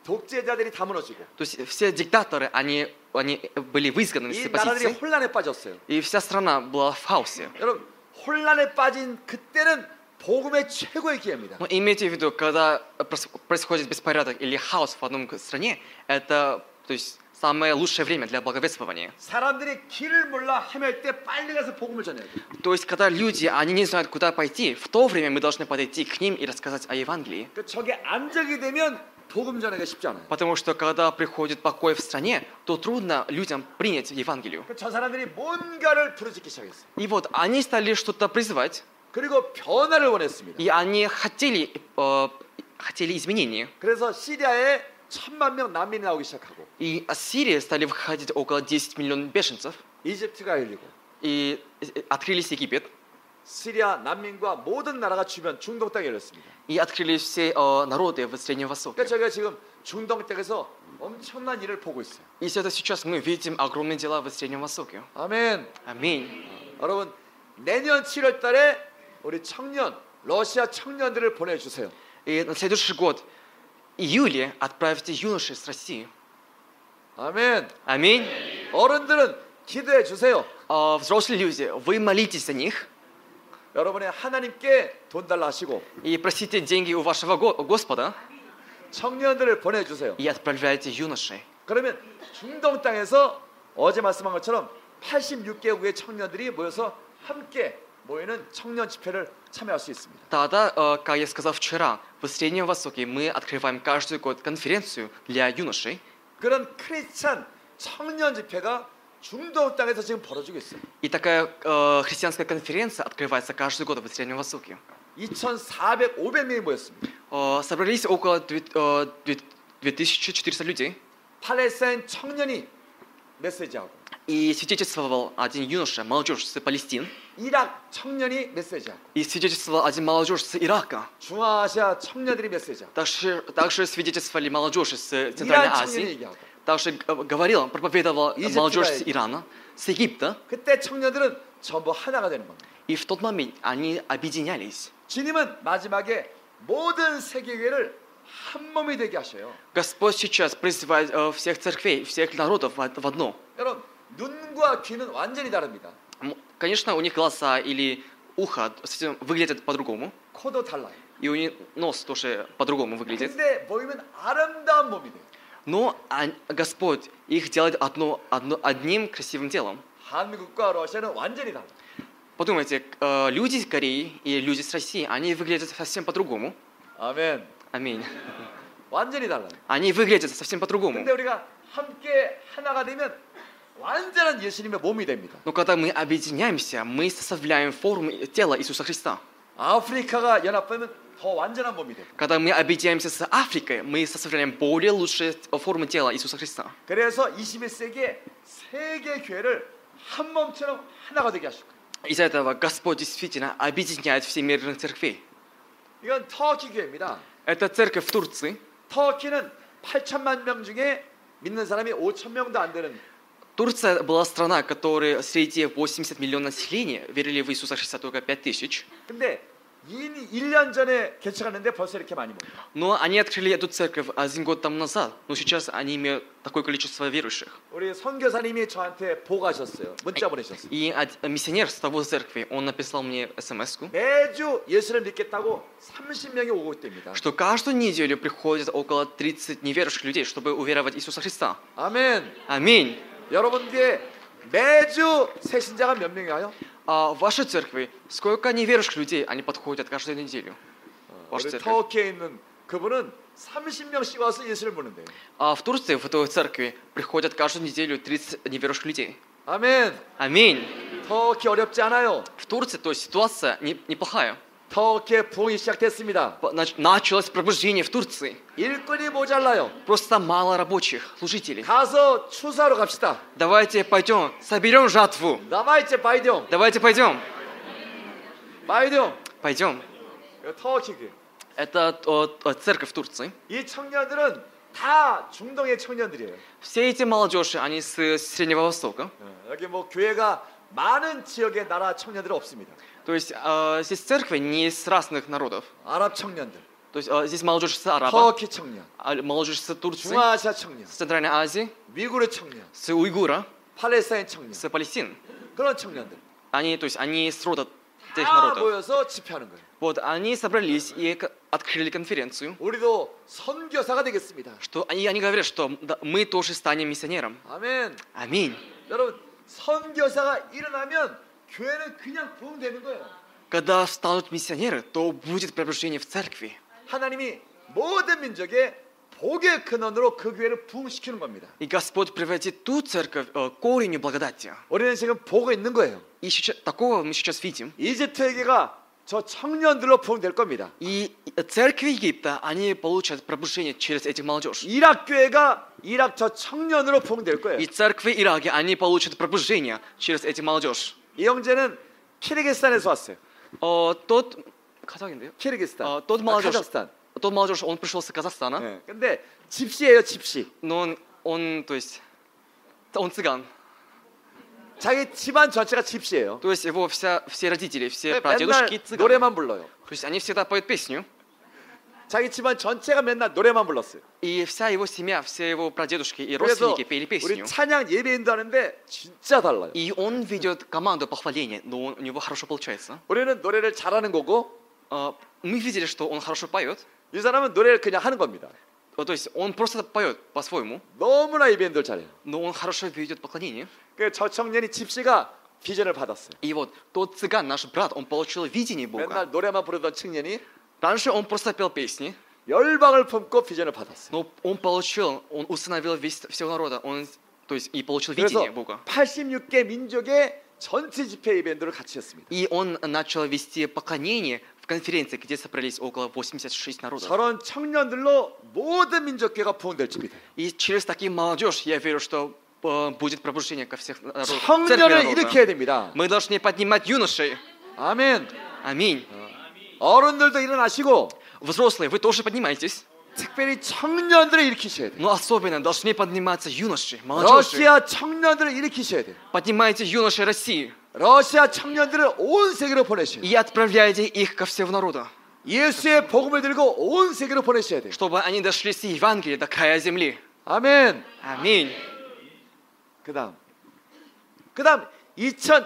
독재자들이 다 무너지고 То есть все диктаторы, они, они были 이 выизгнаны с 나라들이 позиции, 혼란에 빠졌어요. и вся страна была в хаосе. 여러분 혼란에 빠진 그때는 복음의 최고의 기회입니다. Но Ну, имейте в виду, когда прос- происходит беспорядок или хаос в одном стране, это то есть, самое лучшее время для благовествования. 사람들이 길을 몰라 헤맬 때 빨리 가서 복음을 전해야 돼. То есть, когда люди, они не знают, куда пойти, в то время мы должны подойти к ним и рассказать о Евангелии. 그 저게 안정이 되면 복음 전하기가 쉽지 않아요. Потому что, когда приходит покой в стране, то трудно людям принять Евангелию. 그 저 사람들이 뭔가를 부르짖기 시작했어요. И вот они стали что-то призывать, 그리고 변화를 원했습니다. и они хотели, э, хотели изменений. 그래서 시리아에 천만 명 난민이 나오기 시작하고 И из Сирии стали выходить около 10 миллионов беженцев, 이집트가 열리고 и э, открылись Египет, 시리아 난민과 모든 나라가 주변 중동 땅에 열렸습니다. и открылись все э, народы в Среднем 그러니까 Востоке. 저희가 지금 중동 땅에서 엄청난 일을 보고 있어요. И это сейчас мы видим огромные дела в Среднем Востоке. 아멘. Аминь. 여러분 내년 7월 달에 우리 청년 러시아 청년들을 보내주세요. И на следующий год, июле, отправьте юношей с России. 아멘. Аминь. 어른들은 기도해 주세요. Э, взрослые люди, вы молитесь за них 여러분의 하나님께 돈 달라 하시고 и просите деньги у вашего Го- Господа 청년들을 보내주세요. и отправляйте юношей. 그러면 중동 땅에서 어제 말씀한 것처럼 86개국의 청년들이 모여서 함께 모이는 청년 집회를 참여할 수 있습니다. Тогда, э, как я сказал вчера, в Среднем Востоке мы открываем каждый год конференцию для юношей. 그런 크리스찬 청년 집회가 중동 땅에서 지금 벌어지고 있어요. И такая э, христианская конференция открывается каждый год в Среднем Востоке. 2,400, 500명이 모였습니다. Э, собрались около две- э, две- 2400 людей. 팔레스타인 청년이 메시지하고 И свидетельствовал один юноша, молодежь с Палестин. 이락 청년이 메시지하고 И свидетельствовал один молодежь с Ирака. 중앙아시아 청년들이 메시지하고 Также, также свидетельствовали молодежь из э, Центральной 이란 청년이 Азии. 얘기하고 Также г- говорила, проповедовала Египта молодежь с это. Ирана, с Египта. 그때 청년들은 전부 하나가 되는 겁니다. И в тот момент они объединялись. 주님은 마지막에 모든 세계회를 한 몸이 되게 하셔요. Господь сейчас призывает э, всех церквей, всех народов в од- в одно. 여러분 눈과 귀는 완전히 다릅니다. М, Конечно, у них глаза или ухо совсем выглядят по-другому. 코도 달라요. И у них нос тоже по-другому выглядит. 근데 모이면 아름다운 몸이 돼요. Но он- Господь их делает одно, одно- одним красивым делом. 한국과 러시아는 완전히 달라. 요 Подумайте, к- э, люди из Кореи и люди с России, они выглядят совсем по-другому. 아멘. Аминь. 완전히 달라요. Они выглядят совсем по-другому. 근데 우리가 함께 하나가 되면 완전한 예수님의 몸이 됩니다. Но когда мы объединяемся, мы составляем форму тела Иисуса Христа. 아프리카가 연합되면 더 완전한 몸이 돼요. Когда мы объединяемся с Африкой, мы составляем более лучшие формы тела Иисуса Христа. 그래서 21세기에 세계 교회를 한 몸처럼 하나가 되게 하실 거예요. Из-за этого Господь действительно объединяет все мирных церквей. 이건 터키 교회입니다. Это церковь в Турции. 터키는 8천만 명 중에 믿는 사람이 5천 명도 안 되는 Турция была страна, которой среди 80 миллионов населения верили в Иисуса Христа только 5 тысяч. 근데 1년 전에 개척했는데 벌써 이렇게 많이 모여요. Но они открыли эту церковь один год тому назад. Но сейчас они имеют такое количество верующих. 우리 선교사님이 저한테 보고하셨어요. 문자 보내셨어요. И од- миссионер с того церкви, он написал мне смс 매주 예수를 믿겠다고 30명이 오고 있답니다. что каждую неделю приходит около 30 неверующих людей, чтобы уверовать Иисуса Христа. 아멘. Аминь. 여러분께 매주 새 신자가 몇 명이에요? А в вашей церкви сколько неверующих людей они подходят каждую неделю? 우리 ваша церковь. 터키에 있는 그분은 30명씩 와서 예수를 믿는데요. А в Турции, в той церкви, приходят каждую неделю 30 неверующих людей. 아멘. Аминь. 터키 어렵지 않아요. В Турции, то есть ситуация не- неплохая. 터키의 부흥이 시작됐습니다. По- нач- Началось пробуждение в Турции. 일꾼이 모자라요. Просто мало рабочих, служителей. 가서 추사로 갑시다. Давайте пойдем, соберем жатву. 남아있지 바이디옹. Давайте пойдем. 바이디옹. Пойдем. 이거 터키교. Это о, о, церковь Турции. 이 청년들은 다 중동의 청년들이에요. Все эти молодежи, они с э, Среднего Востока. 어, 여기 뭐 교회가 많은 지역의 나라 청년들은 없습니다. То есть э, здесь церкви не из разных народов. 아랍 청년들, То есть э, здесь молодежь с Араба, 터키 청년, а молодежь с Турции, 중아시아 청년, с Центральной Азии, 미국의 청년, с Уйгура, 팔레스타인 청년 с Палестины. 그런 청년들 Они, то есть они с рода тех 다 народов. 모여서 집회하는 거예요. Вот, они собрались и к- открыли конференцию, 우리도 선교사가 되겠습니다. что они, они говорят, что да, мы тоже станем миссионером. 아멘. Аминь. 여러분 선교사가 일어나면 교회는 그냥 부흥되는 거예요. Когда встанут миссионеры, то будет пробуждение в церкви. 하나님이 모든 민족의 복의 근원으로 그 교회를 부흥시키는 겁니다. И Господь превратит ту церковь э, коренью благодати. 우리는 지금 보고 있는 거예요. И сейчас- такого мы сейчас видим. 이집트에게가 저 청년들로 부흥될 겁니다. И церкви Египта, они получат пробуждение через этих молодежь. 이락 교회가 이락 저 청년으로 부흥될 거예요. И церкви Ираки, они получат пробуждение через эти молодежь. 이 형제는 키르기스탄에서 왔어요. О, тот... казахин, да? Э. 키르기스탄. 어, 또 말하죠. 카자흐스탄. Тот молодежь, он пришел с Казахстана, 예. 근데 집시예요, 집시. но он, он, то есть, он цыган. 자기 집안 전체가 집시예요. То есть его вся, все родители, 예, Э, все 네, 맨날 прадедушки цыгане. 노래만 불러요. То есть они всегда поют песню. 자기 집안 전체가 맨날 노래만 불렀어요. И вся его семья, все его прадедушки и 그래서 родственники пели 우리 песню. 찬양 예배인도 하는데 진짜 달라요. И он ведет команду похваления, но он- у него хорошо получается. 우리는 노래를 잘하는 거고 А, Мы видели, что он хорошо поет. 이 사람은 노래를 그냥 하는 겁니다. Вот, То есть он просто поет по-своему, 너무나 예배인들 잘해요. но он хорошо ведет поклонение. 그 저 청년이 집시가 비전을 받았어요. И вот тот цыган, наш брат, он получил видение Бога. 맨날 노래만 부르던 청년이 Раньше он просто пел песни, 열방을 품고 비전을 받았어요. но он получил, он установил весь всего народа, он, то есть и получил 그래서 видение Бога. 86개 민족의 전체 집회 이벤트를 같이 했습니다. И он начал вести поклонение в конференции, где собрались около 86 народов. 저런 청년들로 모든 민족계가 부흥될 줄이다. И через такие молодежь я верю, что э, будет пробуждение ко всех народов. церкви 청년을 народа. 일으켜야 됩니다. Мы должны поднимать юношей. 아멘. Аминь. 어른들도 일어나시고 Взрослые, вы тоже поднимайтесь. 특별히 청년들을 일으키셔야 돼요. Но особенно должны подниматься юноши, молодежи. 러시아 청년들을 일으키셔야 돼요. Поднимайте юноши России 러시아 청년들을 온 세계로 보내셔야 돼요. и отправляйте их ко всему народу, 예수의 복음을 들고 온 세계로 보내셔야 돼요. чтобы они дошли с Евангелия до края земли. 아멘. Аминь. 그다음. 그다음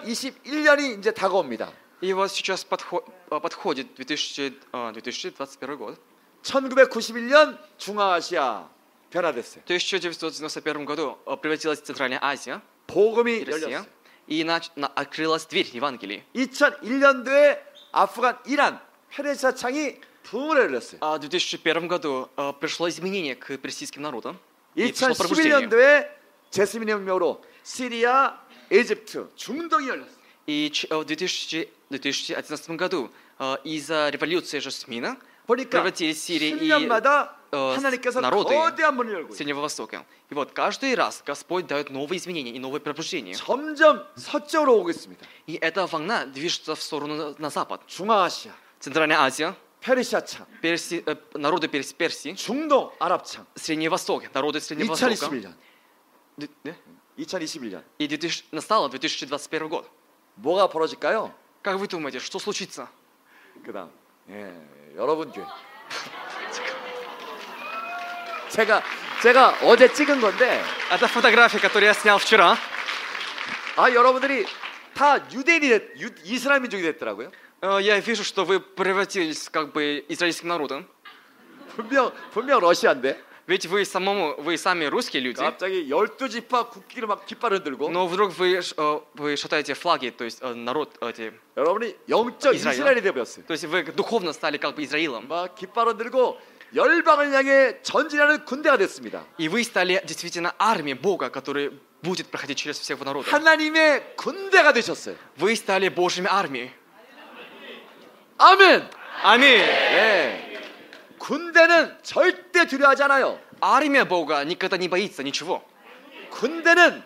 2021년이 이제 다가옵니다. И вот сейчас подхо- э, подходит 2000, э, 2021 год. 1991년 중앙아시아 변화됐어요. В 1991 году э, превратилась Центральная Азия 복음이 и Россия. 열렸어요. И нач- на- открылась дверь Евангелия. 2001년도에 아프간 이란 페르시아 창이 붕을 열렸어요. А в 2001 году э, пришло изменение к персидским народам. И пришло пробуждение. 2011년도에 제스민 혁명으로 시리아, 이집트, 중동이 열렸어요. И ч- э, в 2000 2011 году э, из-за революции Жасмина 보니까 превратились Сирия и 10년마다 어, 하나님께서 나로드. 거대한 문을 열고 있어요. Среднего Востока. И вот каждый раз Господь дает новые изменения и новые пробуждения. 점점 서쪽으로 오고 있습니다. И эта волна движется в сторону на, на запад. 중앙아시아, Центральная Азия, 페르시아 창, Перси- э, народы Перс- Персии, 중동, 아랍 창. Средний Восток, народы Среднего Востока. 2021년, Д- да? 2021년 И 2000 настало 2021 год. 뭐가 벌어질까요? Как вы думаете, что случится? 그다음 예 여러분 교회. *laughs* 제가 제가 어제 찍은 건데 Это фотография, которую я снял вчера. 아 여러분들이 다 유대인이 됐, 유, 이스라엘 민족이 됐더라고요. Э, Я вижу, что вы превратились как бы израильским народом. 분명 분명 러시아인데 Ведь вы самому, вы сами русские люди, 갑자기 열두 지파 국기를 막 깃발을 들고 но вдруг вы, ш- э, вы шатаете флаги, то есть э, народ эти, 여러분이 영적 이스라엘. 이스라엘이 되어버렸어요. то есть вы духовно стали как бы Израилом, 막 깃발을 들고 열방을 향해 전진하는 군대가 됐습니다. и вы стали действительно армией Бога, который будет проходить через всех народов. 하나님의 군대가 되셨어요. Вы стали Божьими армией. 아멘. Аминь. 예. 군대는 절대 두려워하지 않아요. Армия Бога никогда не боится ничего. 군대는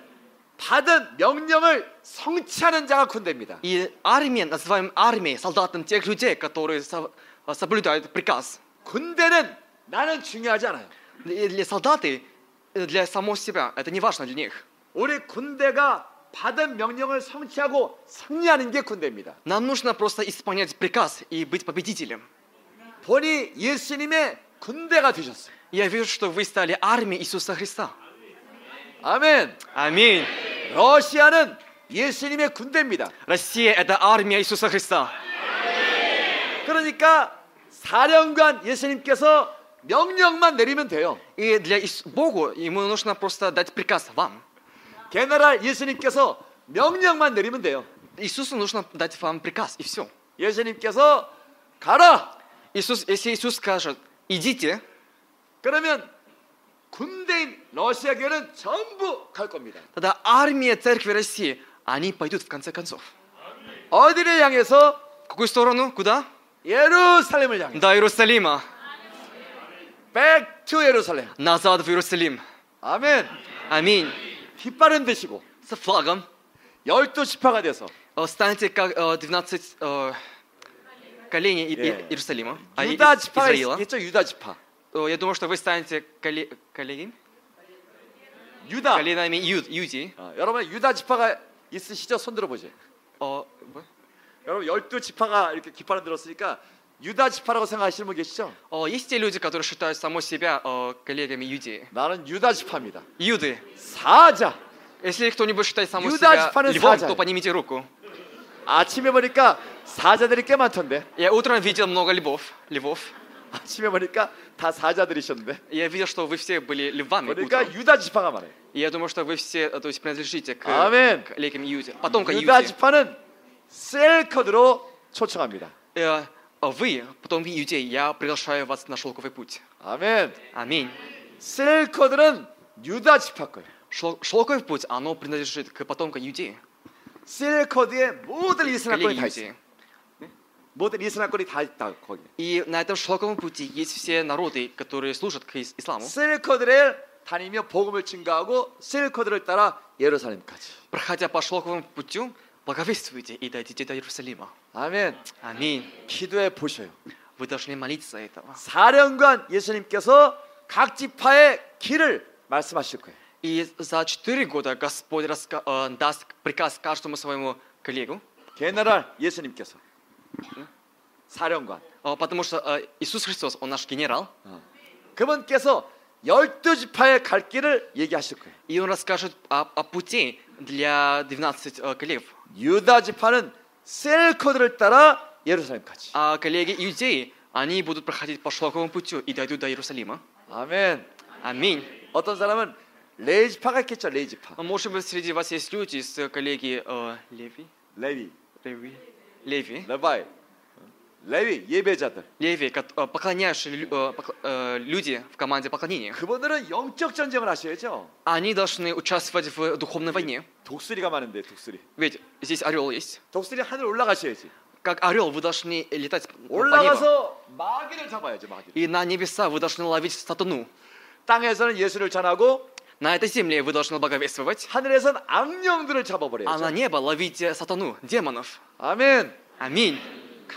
받은 명령을 성취하는 자가 군대입니다. И армия, называем армией, солдатом тех людей, которые со- э, соблюдают приказ. 군대는 나는 중요하지 않아요. И для солдаты, э, для самого себя, это не важно для них. 우리 군대가 받은 명령을 성취하고 승리하는 게 군대입니다. Нам нужно просто исполнять приказ и быть победителем. 본이 예수님의 군대가 되셨어요. Я вижу, что вы стали армией Иисуса Христа. 아멘. Аминь. 러시아는 예수님의 군대입니다. Россия – это армия Иисуса Христа. 그러니까 사령관 예수님께서 명령만 내리면 돼요. И для Ис- Богу ему нужно просто дать приказ вам. 게네랄 예수님께서 명령만 내리면 돼요. Иисусу нужно дать вам приказ, и все. 예수님께서 가라. Иисус, если Иисус скажет «идите», 그러면 군대인 러시아 교회는 전부 갈 겁니다. тогда армия Церкви России, они пойдут в конце концов. 어디를 향해서 В какую сторону? Куда? 예루살렘을 향해. До Иерусалима. Back to 예루살렘. Назад в Иерусалим. 아멘. Аминь. 깃발은 드시고 С флагом. 열두 지파가 돼서 Э, Станьте как э, 12 э, коленей И- И- Yeah. Иерусалима. А, и- 유다 Из- 지파가 Израила. 있겠죠. 유다 지파. Э, Я думаю, что вы станете коле- коле- 유다. коленами Ю- Юдии. 어, 여러분 유다 지파가 있으시죠? 손 들어보세요. О, б- 여러분 열두 지파가 이렇게 깃발을 들었으니까 유다 지파라고 생각하시는 분 계시죠? о, Есть те люди, которые считают само себя э, коллегами Юдии. 나는 유다 지파입니다. Юды. 사자. Если кто-нибудь считает самого Юда себя Аджпана львом, Саджа. то поднимите руку. 아침에 보니까 사자들이 꽤 많던데. Я утром видел много львов. Львов. 아침에 보니까 다 사자들이셨는데. Я видел, что вы все были львами 그러니까 утром. 유다 지파가 말해. И я думаю, что вы все э, то есть, принадлежите к Амин. к коллегам Юди. Потомка 유다 Юди. 지파는 셀커드로 초청합니다. Э, а Вы, потомки Юдей, я приглашаю вас на шелковый путь. 아멘. Аминь. 셀커드는 유다 지파 거예요. Шел- Шелковый путь, оно принадлежит к потомкам Юдеи. 셀커드의 모든 이스라엘권이 коллеги 다 있어. Юдеи. 모든 이스라엘권이 다 있다 거기. И на этом шелковом пути есть все народы, которые служат к ис- исламу. 셀커드를 다니며 복음을 증가하고 셀커드를 따라 예루살렘까지. Проходя по шелковому путю, благовествуйте и дойдите до Иерусалима. 아멘. Аминь. 기도해 보셔요. Вы должны молиться за этого. 사령관 예수님께서 각 지파의 길을 말씀하실 거예요. И за четыре года Господь раска- э, даст приказ каждому своему коллегу, 게네랄 예수님께서 사령관 э, потому что э, Иисус Христос, Он наш генерал, 그분께서 열두 지파의 갈 길을 얘기하실 거예요. и Он расскажет о, о пути для 12 э, коллег. 유다 지파는 셀코드를 따라 예루살렘까지. А коллеги иудеи, они будут проходить по шелковому путю и дойдут до Иерусалима. 아멘. Аминь. 어떤 사람은 레이 지파가 있겠죠. 레이 지파. А Может быть, среди вас есть люди из э, коллеги э, Леви? 레위, Леви? Леви? 레바이, 레위 예배자들. Леви, кот- э, поклоняющие лю- э, покл- э, люди в команде поклонения. 그분들은 영적 전쟁을 하셔야죠. Они должны участвовать в духовной войне. 독수리가 많은데 독수리. Ведь здесь орел есть. 독수리 하늘 올라가셔야지. Как орел вы должны летать по небу. 올라가서 마귀를 잡아야죠. 마귀. И на небеса вы должны ловить сатану. 땅에서는 예수를 전하고 На этой земле вы должны Э, благовествовать. 하늘에서는 악령들을 А на 잡아버려야죠. небо ловите сатану, демонов. 아멘. Аминь.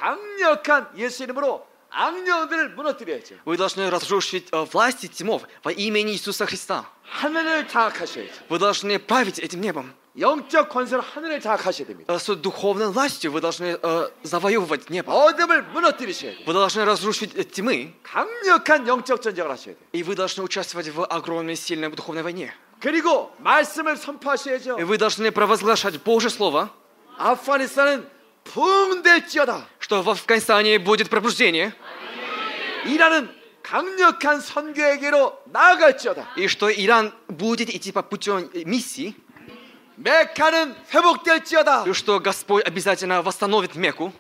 강력한 예수 이름으로 악령들을 무너뜨려야죠. Вы должны разрушить э, власти тьмов во имени Иисуса Христа. 하늘을 장악하셔야죠. Вы должны править этим небом. 영적 권세로 하늘을 장악하셔야 됩니다. Э, С духовной властью вы должны э, завоевывать небо. 어둠을 무너뜨리셔야 돼요. Вы должны разрушить э, тьмы. 강력한 영적 전쟁을 하셔야 돼요. И вы должны участвовать в огромной сильной духовной войне. 그리고 말씀을 선포하셔야죠. И вы должны провозглашать Божье Слово, 아프가니스탄은 부흥될지어다. что в Афганистане будет пробуждение. 이라는 강력한 선교에게로 나아갈지어다. и что Иран будет идти по путем миссии, 메카는 회복될지어다. и что Господь обязательно восстановит Мекку.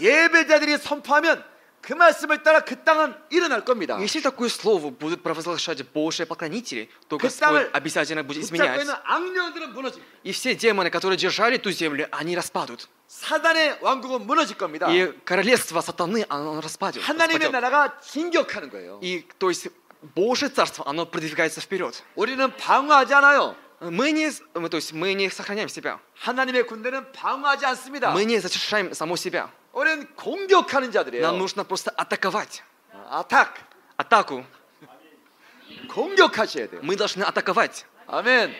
예배자들이 선포하면 그 말씀을 따라 그 땅은 일어날 겁니다. Если такое слово будут провозглашать Божьи поклонители, то Господь Представь- обязательно будет 붙잡고 изменять. 있는 악령들은 무너집니다. И все демоны, которые держали эту землю, они распадут. 사단의 왕국은 무너질 겁니다. И королевство сатаны, оно распадет. 하나님의 распадет. 나라가 진격하는 거예요. И то есть Божье царство, оно продвигается вперед. 우리는 방어하지 않아요. Мы не, мы, то есть мы не сохраняем себя. 하나님의 군대는 방어하지 않습니다. Мы не защищаем само себя. 우리는 공격하는 자들이에요. 어, Нам нужно просто атаковать. 아탁 атаку. 공격하셔야 돼요. Мы должны атаковать. 아멘.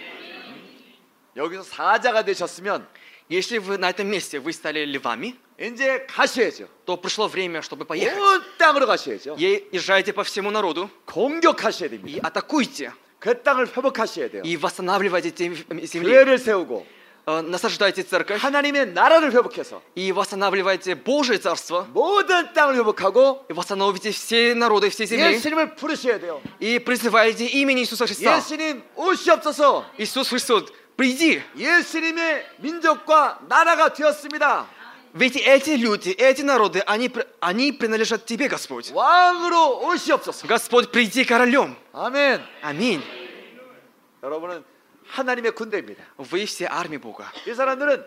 여기서 사자가 되셨으면 Если вы на этом месте вы стали львами, 이제 가셔야죠. то пришло время, чтобы 예. поехать. 온 땅으로 가셔야죠. И езжайте по всему народу 공격하셔야 됩니다. и атакуйте. 그 땅을 회복하셔야 돼요. И восстанавливайте те земли. 교회를 세우고 Э, Насаждайте церковь 하나님의 나라를 회복해서 и восстанавливайте Божие царство. 모든 땅을 회복하고 И восстановите все народы, все земли. 예수님을 부르셔야 돼요. И призывайте имени Иисуса Христа. 예수님 오시옵소서. Иисус Христос, приди. 예수님의 민족과 나라가 되었습니다. Ведь эти люди, эти народы, они, пр- они принадлежат Тебе, Господь. 왕으로 오시옵소서. Господь, приди королем. 아멘. Аминь. 여러분은 하나님의 군대입니다. Вы все армия Бога. 이 사람들은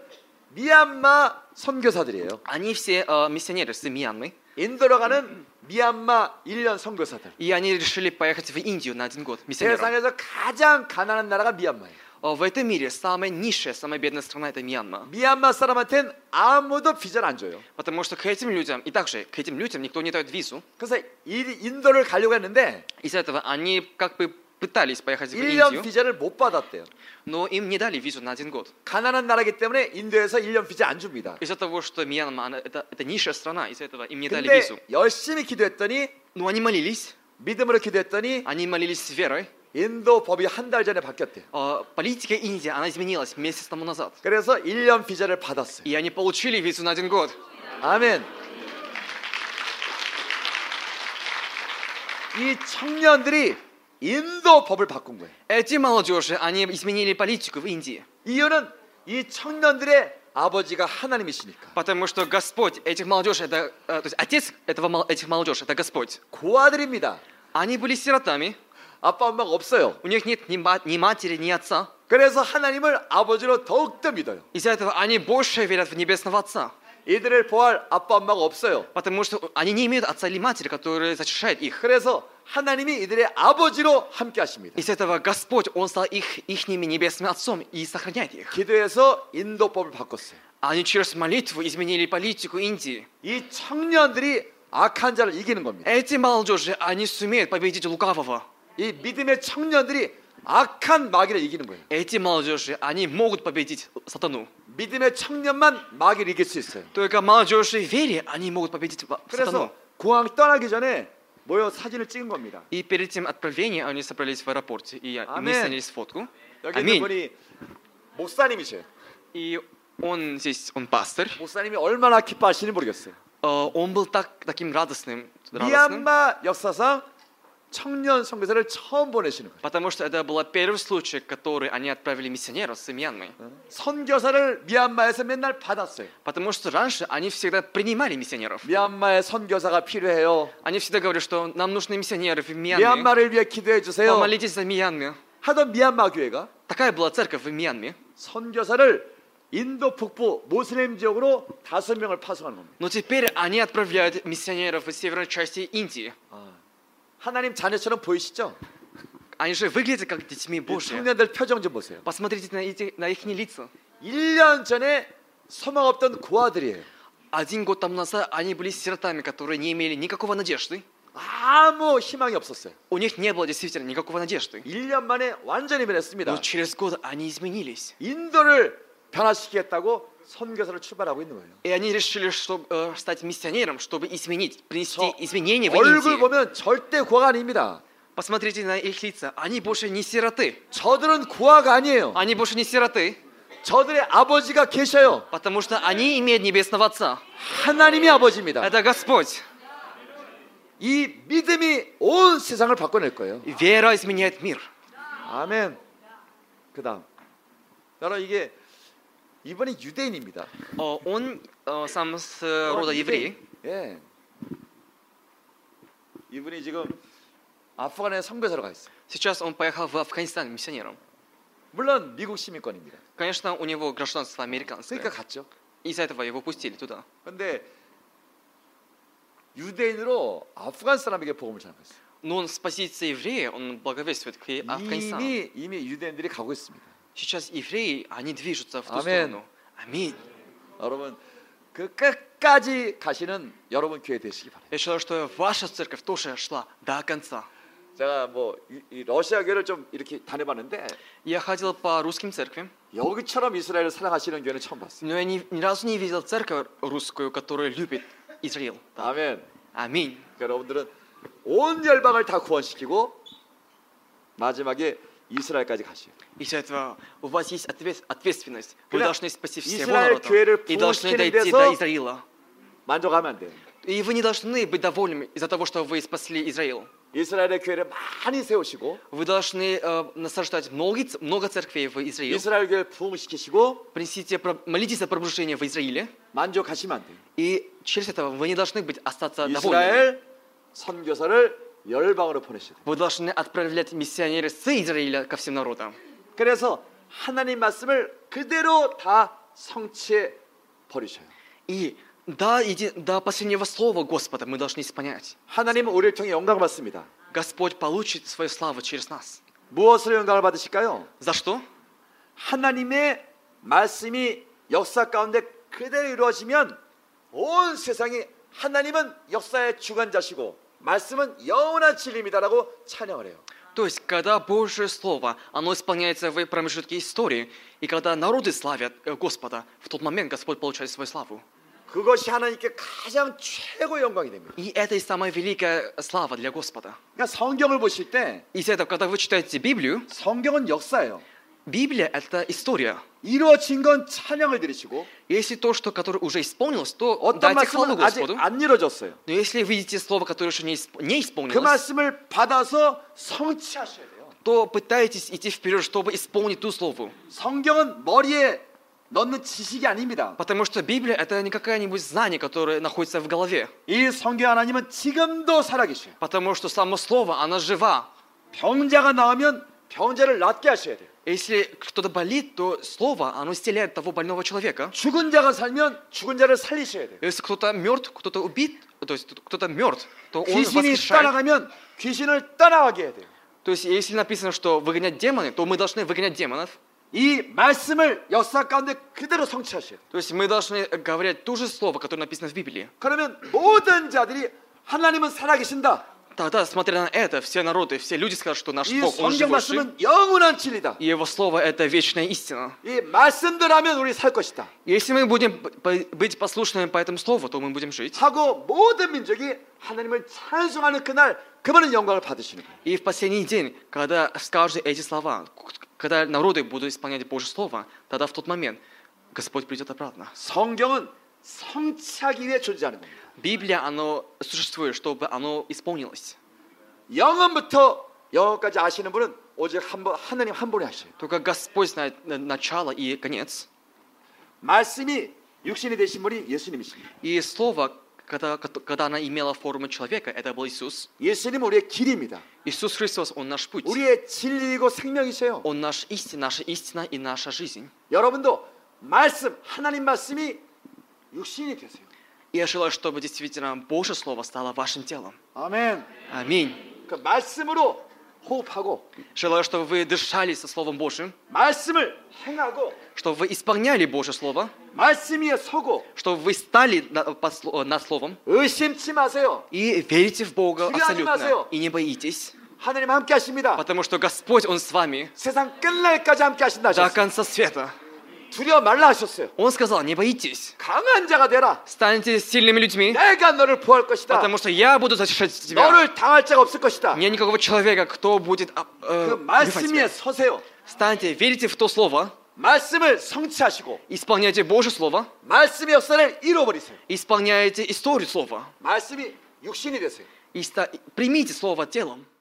미얀마 선교사들이에요. Они все э, миссионеры с Мьянмы. 인도로 가는 미얀마 1년 선교사들. И они решили поехать в Индию на один год миссионером. 세상에서 가장 가난한 나라가 미얀마예요. Э, В этом мире самая низшая, самая бедная страна – это Мьянма. 미얀마 사람한테는 아무도 비자를 안 줘요. Потому что к этим людям, и также к этим людям никто не дает визу. 그래서 이- 인도를 가려고 했는데 Из-за этого они как бы пытались поехать в 1년 Индию, 비자를 못 받았대요. но им не дали визу на один год. 가난한 나라기 때문에 인도에서 1년 비자 안 줍니다. Из-за того, что Мьянма она- это, это низшая страна, из-за этого им не дали 근데 визу. 열심히 기도했더니 Но они молились, 믿음으로 기도했더니 они молились с верой. 인도 법이 한 달 전에 바뀌었대요. Э, Политика Индии, она изменилась месяц тому назад. 그래서 1년 비자를 받았어요. И они получили визу на один год. 아멘. 이 청년들이 인도 법을 바꾼 거예요. Эти молодежи, они изменили политику в Индии. 이유는 이 청년들의 아버지가 하나님이시니까 Потому что Господь этих молодежи, это, э, то есть отец этого, мол- этих молодежи, это Господь. 고아들입니다. Они были сиротами, 아빠 엄마가 없어요. у них нет ни, ма- ни матери, ни отца. 그래서 하나님을 아버지로 더욱더 믿어요. Из-за этого они больше верят в Небесного Отца. 이들을 보할 아빠 엄마가 없어요. Потому что они не имеют отца или матери, которые защищают их. 그래서 하나님이 이들의 아버지로 함께 하십니다. Из этого Господь, Он стал их, ихними небесным отцом и сохраняет их. 기도해서 인도법을 바꿨어요. Они через молитву изменили политику Индии. 이 청년들이 악한 자를 이기는 겁니다. Эти молодежи, они сумеют победить лукавого. 이 믿음의 청년들이 악한 마귀를 이기는 거예요. Эти молодежи, они могут победить сатану. 믿음의 청년만 마귀를 이길 수 있어요. Только молодежи вере, они могут победить ва- 그래서 сатану. 공항 떠나기 전에 모여 사진을 찍은 겁니다. И перед тем отправлением они собрались в аэропорте, и я- и мы Аминь. сняли фотку. 여기 있는 Аминь. 분이 목사님이세요. И он здесь, он пастор. 목사님이 얼마나 기뻐하시는지 모르겠어요. Э, Он был так, таким радостным, радостным. 미얀마 역사상 청년 선교사를 처음 보내시는 거예요. Потому что это был первый случай, который они отправили миссионеров с Мьянмы. 선교사를 미얀마에서 맨날 받았어요. Потому что раньше они всегда принимали миссионеров. 미얀마에 선교사가 필요해요. Они всегда говорили, что нам нужны миссионеры в Мьянме. 미얀마를 위해 기도해 주세요. Помолитесь за Мьянму. 하던 미얀마 교회가 Такая была церковь в Мьянме. 선교사를 인도 북부 모슬림 지역으로 다섯 명을 파송하는 겁니다. Но теперь они отправляют миссионеров из северной части Индии. 하나님 자녀처럼 보이시죠? Они же выглядят как детьми 이 Божьи. 청년들 표정 좀 보세요. Посмотрите на, эти, на их лица. 1년 전에 소망 없던 고아들이에요. Один год тому назад они были сиротами, которые не имели никакого надежды. 아무 희망이 없었어요. У них не было действительно никакого надежды. 1년 만에 완전히 변했습니다. Но через год они изменились. 인도를 변화시키겠다고 선교사를 출발하고 있는 거예요. И они решили, чтобы стать миссионером, чтобы изменить, принести 저 예, изменения в 얼굴 Индии. 보면 절대 고아가 아닙니다. Посмотрите на их лица. Они больше не сироты. 저들은 고아가 아니에요. Они больше не сироты, 저들의 아버지가 계셔요. потому что они имеют небесного Отца. 하나님이 아버지입니다. Это Господь. 이 믿음이 온 세상을 바꿔낼 거예요. Вера изменяет мир. 아멘. 그다음. 여러분 이게 이번에 유대인입니다. О, Он э, сам с э, рода еврей. 예. 이분이 지금 아프간에 선교사로 가 있어요. Сейчас он поехал в Афганистан миссионером. 물론 미국 시민권입니다. Конечно, у него 그러니까 гражданство американское. 갔죠. Из-за этого его пустили туда. 근데 유대인으로 아프간 사람에게 복음을 전하겠어요. Но он с позиции еврея, он благовествует к Афганистану. 이미 이미 유대인들이 가고 있습니다. Сейчас евреи, они движутся в ту Аминь. сторону. Аминь. 여러분 그 끝까지 가시는 여러분 교회 되시기 바랍니다. Я считаю, что ваша церковь тоже шла до конца. 제가 뭐 이- 이 러시아 교회를 좀 이렇게 다녀봤는데 Я ходил по русским церквям, 여기처럼 이스라엘을 사랑하시는 교회는 처음 봤어요. но я ни, ни разу не видел церковь русскую, которая любит Израил. 아멘. Аминь. 그러니까 여러분들은 온 열방을 다 구원시키고 마지막에 이스라엘까지 가시요. Из-за этого у вас есть ответ- ответственность. Вы Кля- должны спасти всего Израиль народа кверы и должны пушкин дойти лезо. до Израила. 만족하면 안 돼요. И вы не должны быть довольными из-за того, что вы спасли Израил. 이스라엘의 교회를 많이 세우시고 Вы должны э, насаждать много, ц- много церквей в Израиле. 이스라엘 교회를 부흥시키시고 Принесите, про- молитесь за пробуждение в Израиле. 만족하시면 안 돼요. И через это вы не должны быть остаться довольными. 이스라엘 선교사를 열방으로 보내셔야 돼요. Вы должны отправлять миссионеры с Израиля ко всем народам. 그래서 하나님 말씀을 그대로 다 성취해 버리셔요. И до, еди- до последнего слова Господа мы должны исполнять. 하나님은 우리를 통해 영광을 받습니다. Господь получит свою славу через нас. 무엇으로 영광을 받으실까요? За что? 하나님의 말씀이 역사 가운데 그대로 이루어지면 온 세상이 하나님은 역사의 주관자시고 말씀은 영원한 진리입니다라고 찬양을 해요. То есть, когда Божье Слово, оно исполняется в промежутке истории, и когда народы славят э, Господа, в тот момент Господь получает свою славу. 그것이 하나님께 가장 최고 의 영광이 됩니다. И это и самая великая слава для Господа. 그러니까 성경을 보실 때 Из этого, когда вы читаете Библию, 성경은 역사예요. Библия – это история. 이루어진 건 찬양을 드리시고 Если то, что которое уже исполнилось, то 어떤 дайте хвалу 말씀은 아직 Господу. 안 이루어졌어요. Но если видите слово, которое еще не, исп- не 그 исполнилось, 말씀을 받아서 성취하셔야 돼요. то пытайтесь идти вперед, чтобы исполнить ту слову. 성경은 머리에 넣는 지식이 아닙니다. Потому что Библия – это не какое-нибудь знание, которое находится в голове. 이 성경 하나님은 지금도 살아계셔요. Потому что само слово, оно жива. 병자가 나오면 병자를 낫게 하셔야 돼요. Если кто-то болит, то слово, оно исцеляет того больного человека. 죽은 자가 살면 죽은 자를 살리셔야 돼요. Если кто-то мертв, кто-то убит, то есть кто-то мертв, то он 귀신이 воскрешает. 따라가면 귀신을 따라가게 해야 돼요. То есть если написано, что выгонять демоны, то мы должны выгонять демонов. 이 말씀을 역사 가운데 그대로 성취하셔야 돼요. То есть мы должны говорить то же слово, которое написано в Библии. 그러면 모든 자들이 하나님은 살아계신다. Тогда, смотря на это, все народы, все люди скажут, что наш 이 Бог, Он 성경 живущий, 말씀은 영원한 진리다. и Его Слово – это вечная истина. 이 말씀대로 하면 우리 살 것이다. Если мы будем п- п- быть послушными по этому Слову, то мы будем жить. 하고 모든 민족이 하나님을 찬송하는 그날 그분은 영광을 받으시는 거예요. И в последний день, когда скажут эти слова, к- когда народы будут исполнять Божье Слово, тогда в тот момент Господь придет обратно. 성경은 성취하기 위해 존재하는 겁니다. Библия, оно существует, чтобы оно исполнилось. 영원부터 영원까지 아시는 분은 오직 한 번, 하나님 한 분이 아셔요. Только Господь знает э, начало и конец. 말씀이 육신이 되신 분이 예수님이십니다. И Слово, когда, когда оно имело форму человека, это был Иисус. 예수님 은 우리의 길입니다. Иисус Христос, Он наш путь. 우리의 진리이고 생명이세요. Он наш истина, наша истина и наша жизнь. 여러분도 말씀 하나님 말씀이 육신이 되세요. И я желаю, чтобы действительно Божье Слово стало вашим телом. 아멘. Аминь. 그 말씀으로 호흡하고 Желаю, чтобы вы дышали со Словом Божьим, 말씀을 행하고 чтобы вы исполняли Божье Слово, 말씀 위에 서고 чтобы вы стали на- под сло- э, над Словом 의심치 마세요. и верите в Бога Тебя абсолютно. обнимаю. И не боитесь, 하나님 함께 하십니다. потому что Господь, Он с вами 세상 끝날까지 함께 하신다 до 하셨어요. конца света. 두려워 말라 하셨어요. Он сказал, не боитесь, 강한 자가 되라. станьте сильными людьми, 내가 너를 보호할 것이다. потому что я буду защищать тебя. 너를 당할 자가 없을 것이다. Нет никакого человека, кто будет а, э, 그 убивать 말씀 위에 тебя. 서세요. Станьте, верите в то Слово, 말씀을 성취하시고 исполняйте Божье Слово, 말씀의 역사를 잃어버리세요. исполняйте историю Слова. 말씀이 육신이 되세요. И ста- примите Слово телом.